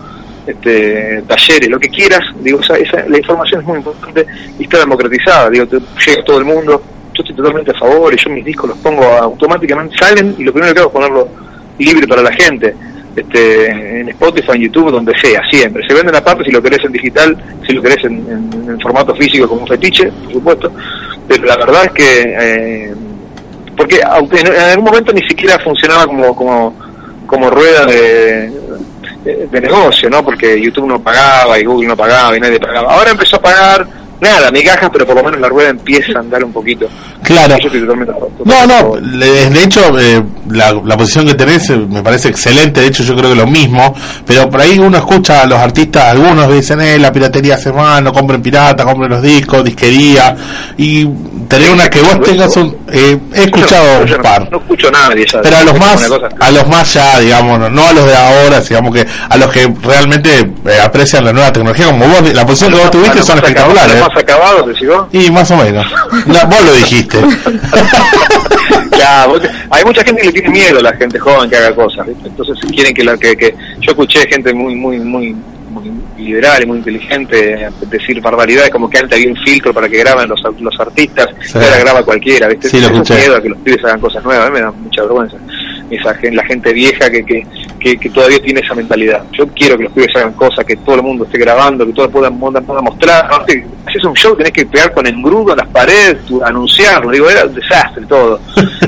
[SPEAKER 12] este, talleres, lo que quieras, digo, esa, esa- la información es muy importante y está democratizada, digo, te- llega a todo el mundo, yo estoy totalmente a favor y yo mis discos los pongo a- automáticamente, salen y lo primero que hago es ponerlo libre para la gente, este, en Spotify, en YouTube, donde sea, siempre, se venden aparte si lo querés en digital, si lo querés en, en- en formato físico como un fetiche, por supuesto, pero la verdad es que, eh, porque aunque en en algún momento ni siquiera funcionaba como, como, como rueda de, de de negocio, ¿no? Porque YouTube no pagaba y Google no pagaba y nadie pagaba. Ahora empezó a pagar nada, migajas, pero por lo menos la rueda empieza a andar un poquito.
[SPEAKER 6] Claro.
[SPEAKER 12] Yo estoy totalmente de acuerdo.
[SPEAKER 6] No, no, le- de hecho, eh, la, la posición que tenés eh, me parece excelente, de hecho yo creo que lo mismo, pero por ahí uno escucha a los artistas, algunos dicen, eh, la piratería hace mal, no compren pirata, compren los discos, disquería, y tener una que vos tengas un... eh, he escuchado
[SPEAKER 12] Yo no,
[SPEAKER 6] un par.
[SPEAKER 12] no escucho nada de esa.
[SPEAKER 6] Pero a los
[SPEAKER 12] es
[SPEAKER 6] más,
[SPEAKER 12] una cosa.
[SPEAKER 6] a los más ya, digamos, no, no a los de ahora, digamos que a los que realmente eh, aprecian la nueva tecnología, como vos, la posición que vos
[SPEAKER 12] A
[SPEAKER 6] tuviste
[SPEAKER 12] los
[SPEAKER 6] son
[SPEAKER 12] más acabados, a
[SPEAKER 6] espectaculares. ¿eh?
[SPEAKER 12] los más acabados, decís vos.
[SPEAKER 6] Y más o menos. No, vos lo dijiste.
[SPEAKER 12] Claro, porque hay mucha gente que le tiene miedo a la gente joven que haga cosas, ¿viste? entonces quieren que la que, que- yo escuché gente muy muy muy muy liberal y muy inteligente eh, decir barbaridades como que antes había un filtro para que graben los, au- los artistas,
[SPEAKER 6] Sí.
[SPEAKER 12] y ahora graba cualquiera, ¿viste?
[SPEAKER 6] Sí, lo
[SPEAKER 12] Eso es
[SPEAKER 6] escuché.
[SPEAKER 12] miedo a que los pibes hagan cosas nuevas, a mí me da mucha vergüenza. Esa gen- la gente vieja que, que, que, que todavía tiene esa mentalidad. Yo quiero que los pibes hagan cosas, que todo el mundo esté grabando, que todos puedan, puedan, puedan mostrar. ¿no? Que haces un show, tenés que pegar con engrudo en las paredes, tu- anunciarlo. Digo, era un desastre todo.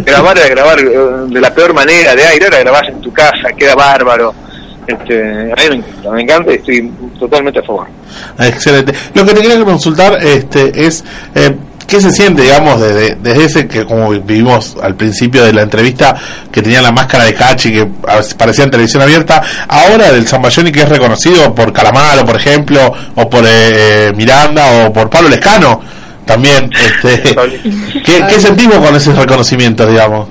[SPEAKER 12] grabar era grabar eh, de la peor manera de aire, ahora grabás en tu casa, queda bárbaro. Este, a mí me encanta, me encanta y estoy totalmente a favor.
[SPEAKER 6] Ah, Excelente. Lo que te quería consultar este, es eh, qué se siente, digamos, desde, desde ese que como vivimos al principio de la entrevista, que tenía la máscara de Cachi, que a- parecía en televisión abierta, ahora del Zambayoni que es reconocido por Calamaro, por ejemplo, o por eh, Miranda, o por Pablo Lescano, también. Este, ¿qué, ¿Qué sentimos con esos reconocimientos, digamos?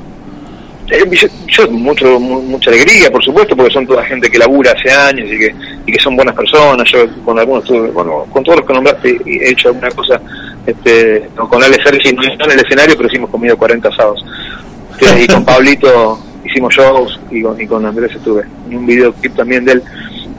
[SPEAKER 12] Eh, yo, yo mucho mu- mucha alegría por supuesto porque son toda gente que labura hace años y que y que son buenas personas yo con algunos tuve- bueno con todos los que nombraste he hecho alguna cosa este no, con Ale Sergi no está en el escenario pero sí hemos comido 40 asados Este, y con Pablito hicimos shows y con, y con Andrés estuve en un videoclip también de él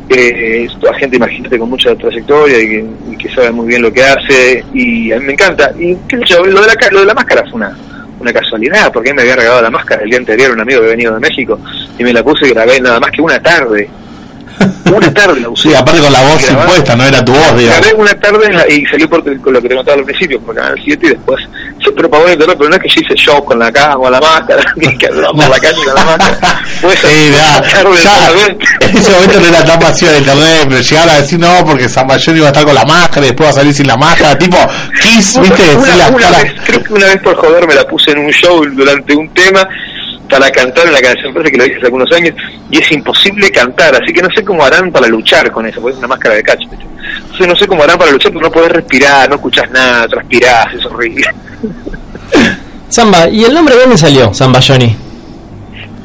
[SPEAKER 12] que es toda gente, imagínate, con mucha trayectoria y que, y que sabe muy bien lo que hace, y a mí me encanta. Y qué sé yo, lo de la, ca- lo de la máscara fue una, una casualidad, porque a mí me había regalado la máscara el día anterior un amigo que venía de México, y me la puse y grabé nada más que una tarde. Una tarde la usé.
[SPEAKER 6] Sí, aparte con la voz
[SPEAKER 12] Grababa-
[SPEAKER 6] impuesta, no era tu voz, digamos.
[SPEAKER 12] Grabé una tarde en la- y salió por con lo que te contaba al principio, por Canal 7 y después se propagó en internet, pero no es que yo hice show con la caja, con la máscara, ni que andaba por la calle con la Pues, máscara. Fue esa-
[SPEAKER 6] Sí, ya,
[SPEAKER 12] esa tarde
[SPEAKER 6] ya,
[SPEAKER 12] solamente.
[SPEAKER 6] en ese momento no era tan vacío de internet, pero llegar a decir no, porque San Mayón iba a estar con la máscara y después va a salir sin la máscara, tipo Kiss,
[SPEAKER 12] Una-
[SPEAKER 6] ¿viste?
[SPEAKER 12] Una,
[SPEAKER 6] Sin la
[SPEAKER 12] una
[SPEAKER 6] cara.
[SPEAKER 12] vez, creo que una vez por joder me la puse en un show durante un tema para cantar una canción parece que lo hice hace algunos años y es imposible cantar, así que no sé cómo harán para luchar con eso, porque es una máscara de cacho. ¿viste? Entonces no sé cómo harán para luchar, porque no podés respirar, no escuchás nada, transpirás, es horrible.
[SPEAKER 7] Samba, ¿y el nombre de dónde salió? Samba Johnny.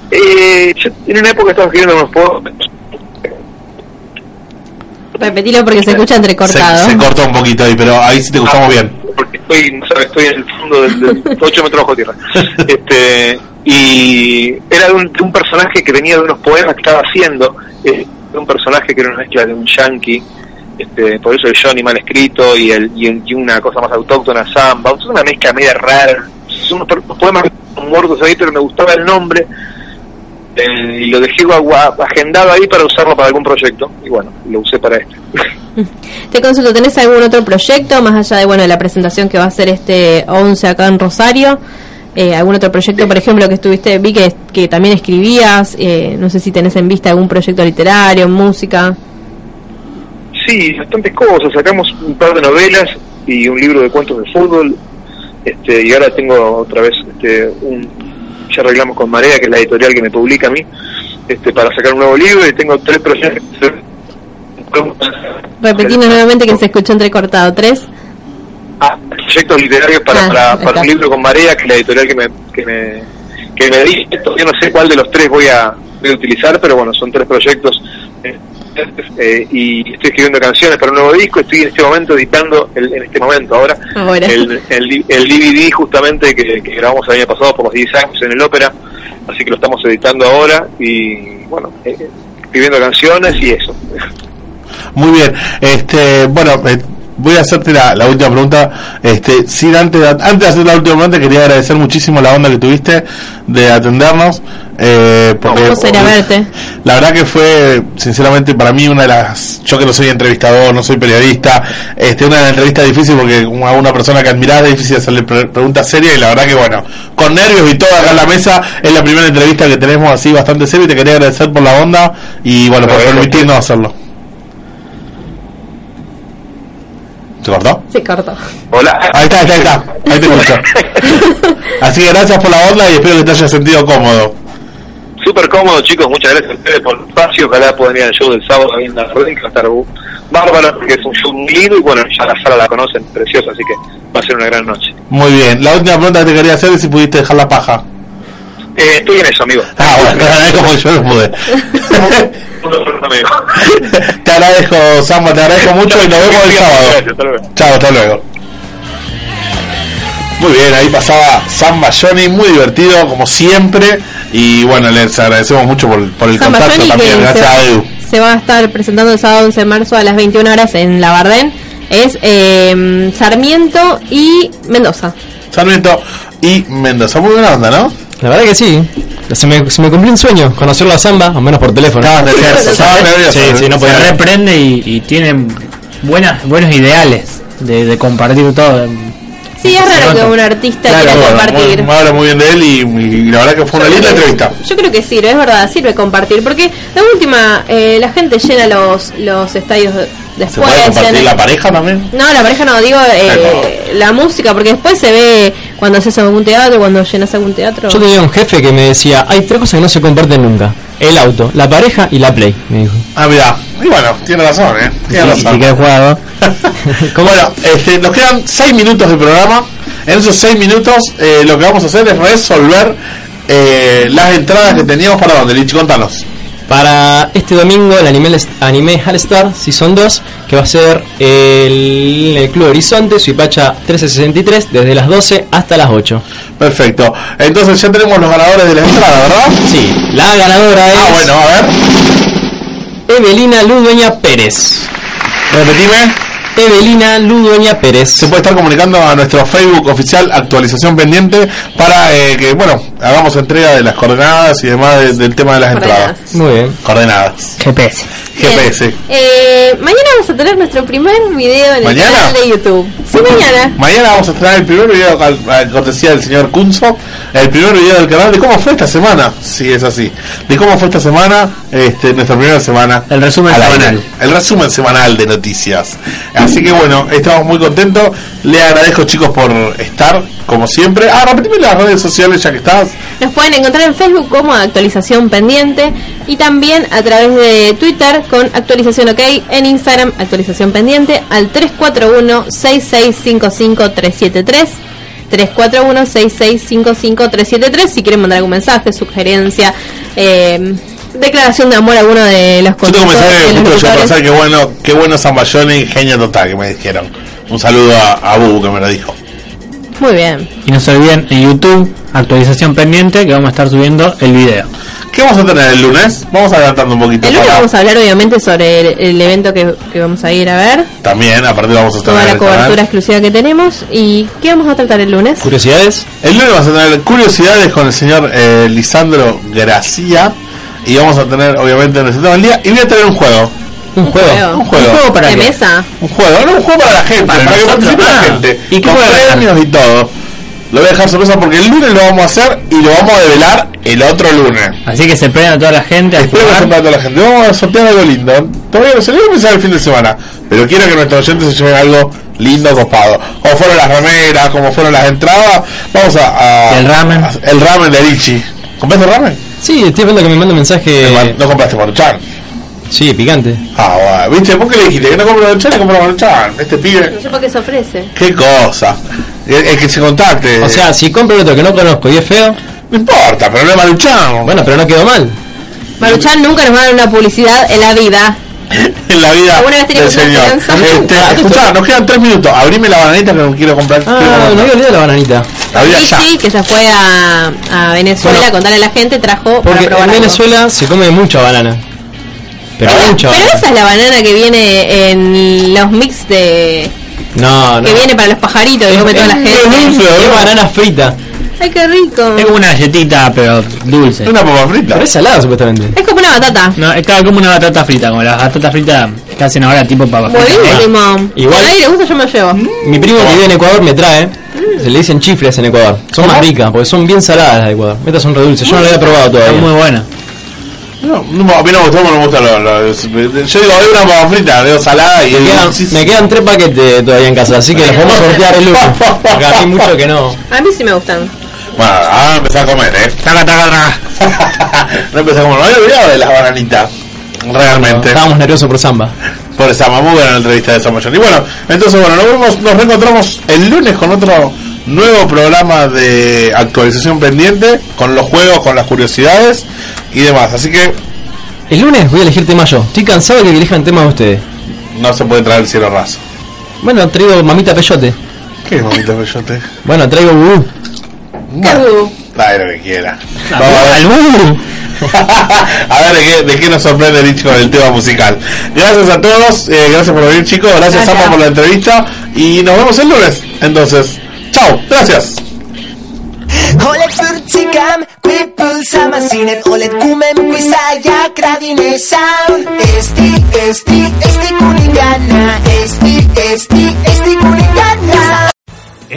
[SPEAKER 12] Eh, yo en una época estaba escribiendo unos poemas,
[SPEAKER 8] Repetilo porque se escucha entrecortado.
[SPEAKER 6] Se, se cortó un poquito ahí, pero ahí sí te
[SPEAKER 12] Ah.
[SPEAKER 6] escuchamos bien.
[SPEAKER 12] porque estoy, no sabes, estoy en el fondo del, del 8 metros bajo tierra. Este, y era de un, de un personaje que venía de unos poemas que estaba haciendo, eh, de un personaje que era una mezcla de un yankee, este, por eso el Johnny mal escrito y, el, y, el- y una cosa más autóctona, samba, es una mezcla media rara, son unos, per- poemas muertos ahí, pero me gustaba el nombre. eh, y lo dejé agua- agendado ahí para usarlo para algún proyecto y bueno lo usé para este
[SPEAKER 8] Te consulto, ¿tenés algún otro proyecto más allá de bueno de la presentación que va a hacer este 11 acá en Rosario? Eh, ¿Algún otro proyecto, por ejemplo, que estuviste, vi que, que también escribías, eh, no sé si tenés en vista algún proyecto literario, música?
[SPEAKER 12] Sí, bastantes cosas. Sacamos un par de novelas y un libro de cuentos de fútbol. Este, y ahora tengo otra vez este, un. Ya arreglamos con Marea, que es la editorial que me publica a mí, este, para sacar un nuevo libro. Y tengo tres proyectos.
[SPEAKER 8] Repetimos nuevamente que se escuchó entrecortado. ¿Tres?
[SPEAKER 12] ah, proyectos literarios para,
[SPEAKER 8] Ah,
[SPEAKER 12] para,
[SPEAKER 8] ahí
[SPEAKER 12] para un
[SPEAKER 8] está.
[SPEAKER 12] libro con Marea, que es la editorial que me, que me, que me dice. Todavía no sé cuál de los tres voy a, voy a utilizar, pero bueno, son tres proyectos. eh, eh, y estoy escribiendo canciones para un nuevo disco. Estoy en este momento editando, el- en este momento ahora,
[SPEAKER 8] Ahora.
[SPEAKER 12] el, el, di- el DVD justamente que, que grabamos el año pasado por los 10 años en el ópera, así que lo estamos editando ahora y bueno, eh, eh, escribiendo canciones y eso.
[SPEAKER 6] Muy bien. Este, bueno, eh, voy a hacerte la, la última pregunta. Este, sin antes, de- antes de hacer la última pregunta, quería agradecer muchísimo la onda que tuviste de atendernos. Eh, porque,
[SPEAKER 8] Vamos a ir a verte.
[SPEAKER 6] La verdad que fue, sinceramente, para mí una de las... Yo que no soy entrevistador, no soy periodista, este, una de las entrevistas difíciles porque como a una persona que admirás es difícil hacerle pre- preguntas serias y la verdad que, bueno, con nervios y todo acá en la mesa, es la primera entrevista que tenemos así bastante seria y te quería agradecer por la onda y, bueno, por permitirnos hacerlo. ¿Se cortó?
[SPEAKER 8] Se cortó.
[SPEAKER 12] Hola.
[SPEAKER 6] Ahí está, ahí está, ahí está. Ahí te escucho. Así que gracias por la onda y espero que te hayas sentido cómodo.
[SPEAKER 12] Súper cómodo, chicos. Muchas gracias a ustedes por el espacio. Ojalá puedan ir al show del sábado ahí en la Rodin, que va a estar bu- bárbaro, porque es un show muy lindo. Y bueno, ya la sala la conocen, preciosa, así que va a ser una gran noche.
[SPEAKER 6] Muy bien. La última pregunta que te quería hacer es si pudiste dejar la paja.
[SPEAKER 12] Eh, estoy en eso, amigo.
[SPEAKER 6] Ah, bueno, te agradezco porque yo no pude. Te agradezco, Samba, te agradezco mucho y nos vemos el sábado.
[SPEAKER 12] Hasta luego.
[SPEAKER 6] Chao, hasta luego. Muy bien, ahí pasaba Samba Johnny, muy divertido como siempre. Y bueno, les agradecemos mucho por, por el
[SPEAKER 8] Samba
[SPEAKER 6] contacto
[SPEAKER 8] Johnny,
[SPEAKER 6] también.
[SPEAKER 8] que
[SPEAKER 6] Gracias a
[SPEAKER 8] se,
[SPEAKER 6] Edu.
[SPEAKER 8] va, se va a estar presentando el sábado 11 de marzo a las 21 horas en La Bardén. Es eh, Sarmiento y Mendoza.
[SPEAKER 6] Sarmiento y Mendoza. Muy buena onda, ¿no?
[SPEAKER 7] La verdad que sí. Se me, se me cumplió un sueño, conocerlo a Samba, al menos por teléfono. Sí, sí, no podía.
[SPEAKER 9] Se reprende y, y tienen buenas, buenos ideales de, de compartir todo.
[SPEAKER 8] Sí, es raro que un artista
[SPEAKER 6] Claro,
[SPEAKER 8] quiera
[SPEAKER 6] bueno,
[SPEAKER 8] compartir.
[SPEAKER 6] muy- me habla muy bien de él y, y la verdad que fue una linda entrevista.
[SPEAKER 8] Yo creo que sirve, es verdad, sirve compartir. Porque la última, eh, la gente llena los, los estadios de-
[SPEAKER 6] ¿Se
[SPEAKER 8] después.
[SPEAKER 6] puede compartir
[SPEAKER 8] llena-
[SPEAKER 6] la pareja también?
[SPEAKER 8] No, la pareja no, digo eh, la música, porque después se ve cuando haces algún teatro, cuando llenas algún teatro.
[SPEAKER 7] Yo tenía un jefe que me decía, hay tres cosas que no se comparten nunca. El auto, la pareja y la play, me dijo.
[SPEAKER 6] Ah, mira. Y bueno, tiene razón, ¿eh? Tiene razón.
[SPEAKER 7] jugado.
[SPEAKER 6] Bueno, este, nos quedan 6 minutos de programa. En esos 6 minutos eh, lo que vamos a hacer es resolver eh, las entradas que teníamos para donde, Lich, contanos.
[SPEAKER 7] Para este domingo el anime, anime All Star Season 2, que va a ser el, el Club Horizonte, Suipacha 1363, desde las 12 hasta las 8.
[SPEAKER 6] Perfecto. Entonces ya tenemos los ganadores de la entrada, ¿verdad?
[SPEAKER 7] Sí, la ganadora es...
[SPEAKER 6] Ah, bueno, a ver.
[SPEAKER 7] Evelina Ludueña Pérez.
[SPEAKER 6] Repetime.
[SPEAKER 7] Evelina Ludueña Pérez.
[SPEAKER 6] Se puede estar comunicando a nuestro Facebook oficial actualización pendiente para eh, que, bueno, hagamos entrega de las coordenadas y demás de- del tema de las entradas.
[SPEAKER 7] Muy bien.
[SPEAKER 6] Coordenadas.
[SPEAKER 9] GPS.
[SPEAKER 6] GPS.
[SPEAKER 8] Eh, mañana vamos a tener nuestro primer video en
[SPEAKER 6] ¿Mañana?
[SPEAKER 8] el canal de YouTube. Sí, mañana.
[SPEAKER 6] Mañana vamos a traer el primer video, al- al- cortesía del señor Kunzo, el primer video del canal de cómo fue esta semana, si es así, de cómo fue esta semana, este, nuestra primera semana.
[SPEAKER 9] El resumen semanal.
[SPEAKER 6] El resumen semanal de noticias. Así que bueno, estamos muy contentos. Le agradezco chicos por estar, como siempre. Ah, repetime las redes sociales ya que estás.
[SPEAKER 8] Nos pueden encontrar en Facebook como actualización pendiente y también a través de Twitter con actualización ok, en Instagram actualización pendiente al 341-6655-373. 341-6655-373 si quieren mandar algún mensaje, sugerencia, eh, declaración de amor a alguno de los
[SPEAKER 6] Yo tengo un mensaje
[SPEAKER 8] conductores, de los
[SPEAKER 6] justo yo
[SPEAKER 8] locutores.
[SPEAKER 6] pensar que bueno, qué bueno Zambayoni, genio total que me dijeron. Un saludo a, a Bubu que me lo dijo.
[SPEAKER 8] Muy bien.
[SPEAKER 9] Y no se olviden en YouTube, actualización pendiente, que vamos a estar subiendo el video.
[SPEAKER 6] ¿Qué vamos a tener el lunes? Vamos adelantando un poquito.
[SPEAKER 8] El lunes
[SPEAKER 6] para-
[SPEAKER 8] vamos a hablar obviamente sobre el, el evento que, que vamos a ir a ver,
[SPEAKER 6] También, aparte vamos a estar
[SPEAKER 8] toda
[SPEAKER 6] en
[SPEAKER 8] la
[SPEAKER 6] el
[SPEAKER 8] cobertura
[SPEAKER 6] canal.
[SPEAKER 8] exclusiva que tenemos y qué vamos a tratar el lunes.
[SPEAKER 6] ¿Curiosidades? El lunes vamos a tener curiosidades con el señor eh, Lisandro Gracia. Y vamos a tener, obviamente, nuestro tema del día. Y voy a tener un juego. ¿Un
[SPEAKER 8] juego?
[SPEAKER 6] Un juego.
[SPEAKER 8] ¿Un juego para
[SPEAKER 6] ¿De
[SPEAKER 8] qué? mesa?
[SPEAKER 6] Un juego, no un juego para la gente, para,
[SPEAKER 8] Para
[SPEAKER 6] que
[SPEAKER 8] nosotros,
[SPEAKER 6] participe la
[SPEAKER 8] ah.
[SPEAKER 6] gente.
[SPEAKER 8] ¿Y qué
[SPEAKER 6] con
[SPEAKER 8] juego dejar?
[SPEAKER 6] premios y todo. Lo voy a dejar sorpresa porque el lunes lo vamos a hacer y lo vamos a develar el otro lunes.
[SPEAKER 9] Así que se prende a toda la gente. a
[SPEAKER 6] Espero que
[SPEAKER 9] jugar.
[SPEAKER 6] sepa toda la gente. Vamos a sortear algo lindo. Todavía no se lo voy a pensar el fin de semana. Pero quiero que nuestros oyentes se lleven algo lindo, copado. Como fueron las remeras, como fueron las entradas. Vamos a. el ramen. el ramen de Richie. ¿Compraste ramen?
[SPEAKER 7] Sí, estoy viendo que me manda un mensaje.
[SPEAKER 6] No compraste Maruchan.
[SPEAKER 7] Sí, picante.
[SPEAKER 6] Ah, bueno. ¿Viste? ¿Por qué le dijiste que no compre Maruchan? Y compró Maruchan. Este pibe.
[SPEAKER 8] No sé por qué se ofrece.
[SPEAKER 6] Qué cosa. El, el que se contacte.
[SPEAKER 7] O sea, si compro otro que no conozco y es feo.
[SPEAKER 6] No importa, pero no es Maruchan.
[SPEAKER 7] Bueno, pero no quedó mal.
[SPEAKER 8] Maruchan nunca nos va a dar una publicidad en la vida.
[SPEAKER 6] en la vida
[SPEAKER 8] Alguna vez tenía
[SPEAKER 6] del
[SPEAKER 8] que comprar
[SPEAKER 6] señor.
[SPEAKER 8] esperanza.
[SPEAKER 6] Este,
[SPEAKER 8] Ah,
[SPEAKER 6] escuchá, nos quedan tres minutos. Abrime la bananita que no quiero comprar. quiero
[SPEAKER 7] Ah,
[SPEAKER 6] comprar.
[SPEAKER 7] no había olvidado la bananita.
[SPEAKER 6] Abrí allá.
[SPEAKER 8] Richie, que se fue a, a Venezuela a contarle a la gente, trajo
[SPEAKER 7] Porque
[SPEAKER 8] para probar
[SPEAKER 7] en
[SPEAKER 8] algo.
[SPEAKER 7] Venezuela se come mucha banana. Pero mucha
[SPEAKER 8] Pero
[SPEAKER 7] banana.
[SPEAKER 8] esa es la banana que viene en los mix de...
[SPEAKER 7] No, no.
[SPEAKER 8] Que viene para los pajaritos que come toda la gente.
[SPEAKER 7] Es banana frita.
[SPEAKER 8] Ay, qué rico.
[SPEAKER 9] Es como una galletita, pero dulce.
[SPEAKER 6] Una papa frita.
[SPEAKER 7] Pero es salada, supuestamente.
[SPEAKER 8] Es como una batata.
[SPEAKER 9] No, es claro, como una batata frita, como las batatas fritas que hacen ahora tipo papa
[SPEAKER 8] Muy
[SPEAKER 9] frita.
[SPEAKER 8] bien, limón.
[SPEAKER 7] Igual-
[SPEAKER 8] Si a nadie le gusta, yo me llevo.
[SPEAKER 7] Mi primo que vive en Ecuador me trae.
[SPEAKER 9] Mm.
[SPEAKER 7] Se le dicen chifles en Ecuador. Son más ricas, porque son bien saladas las de Ecuador. Estas son re dulces. Yo no las había probado todavía.
[SPEAKER 9] Muy buena.
[SPEAKER 6] No, no, a mí no me gusta, no me gusta lo- lo- Yo digo, hay una papa frita, digo salada y
[SPEAKER 7] Me quedan, me quedan tres paquetes todavía en casa, así que los vamos a sortear el lunes. Porque a mí mucho que no.
[SPEAKER 8] A mí sí me gustan.
[SPEAKER 6] Bueno, ahora empecé a comer, eh. Taca, taca, taca. no empecé a comer, no había olvidado de las bananitas. Realmente.
[SPEAKER 7] Estábamos nerviosos por samba.
[SPEAKER 6] Por esa muy buena la entrevista de Samoyan. Y bueno, entonces bueno, nos vemos, nos reencontramos el lunes con otro nuevo programa de actualización pendiente, con los juegos, con las curiosidades y demás. Así que
[SPEAKER 7] El lunes voy a elegir tema yo. Estoy cansado de que elijan temas ustedes.
[SPEAKER 6] no se puede traer el cielo raso.
[SPEAKER 7] Bueno, traigo mamita peyote.
[SPEAKER 6] ¿Qué mamita peyote?
[SPEAKER 7] Bueno, traigo vudú.
[SPEAKER 6] Trae lo que quiera.
[SPEAKER 7] Ah,
[SPEAKER 6] Vamos a ver.
[SPEAKER 7] al vudú.
[SPEAKER 6] A ver de qué, de qué nos sorprende Rich con el tema musical. Gracias a todos, eh, gracias por venir chicos, gracias Sama por la entrevista y nos vemos el lunes. Entonces, chao, gracias.
[SPEAKER 13] oled vürtsikám, kui põlsama sinep, oled kuumem kui saia kraadine saun. Eesti , Eesti , Eesti kuninganna , Eesti , Eesti , Eesti kuninganna .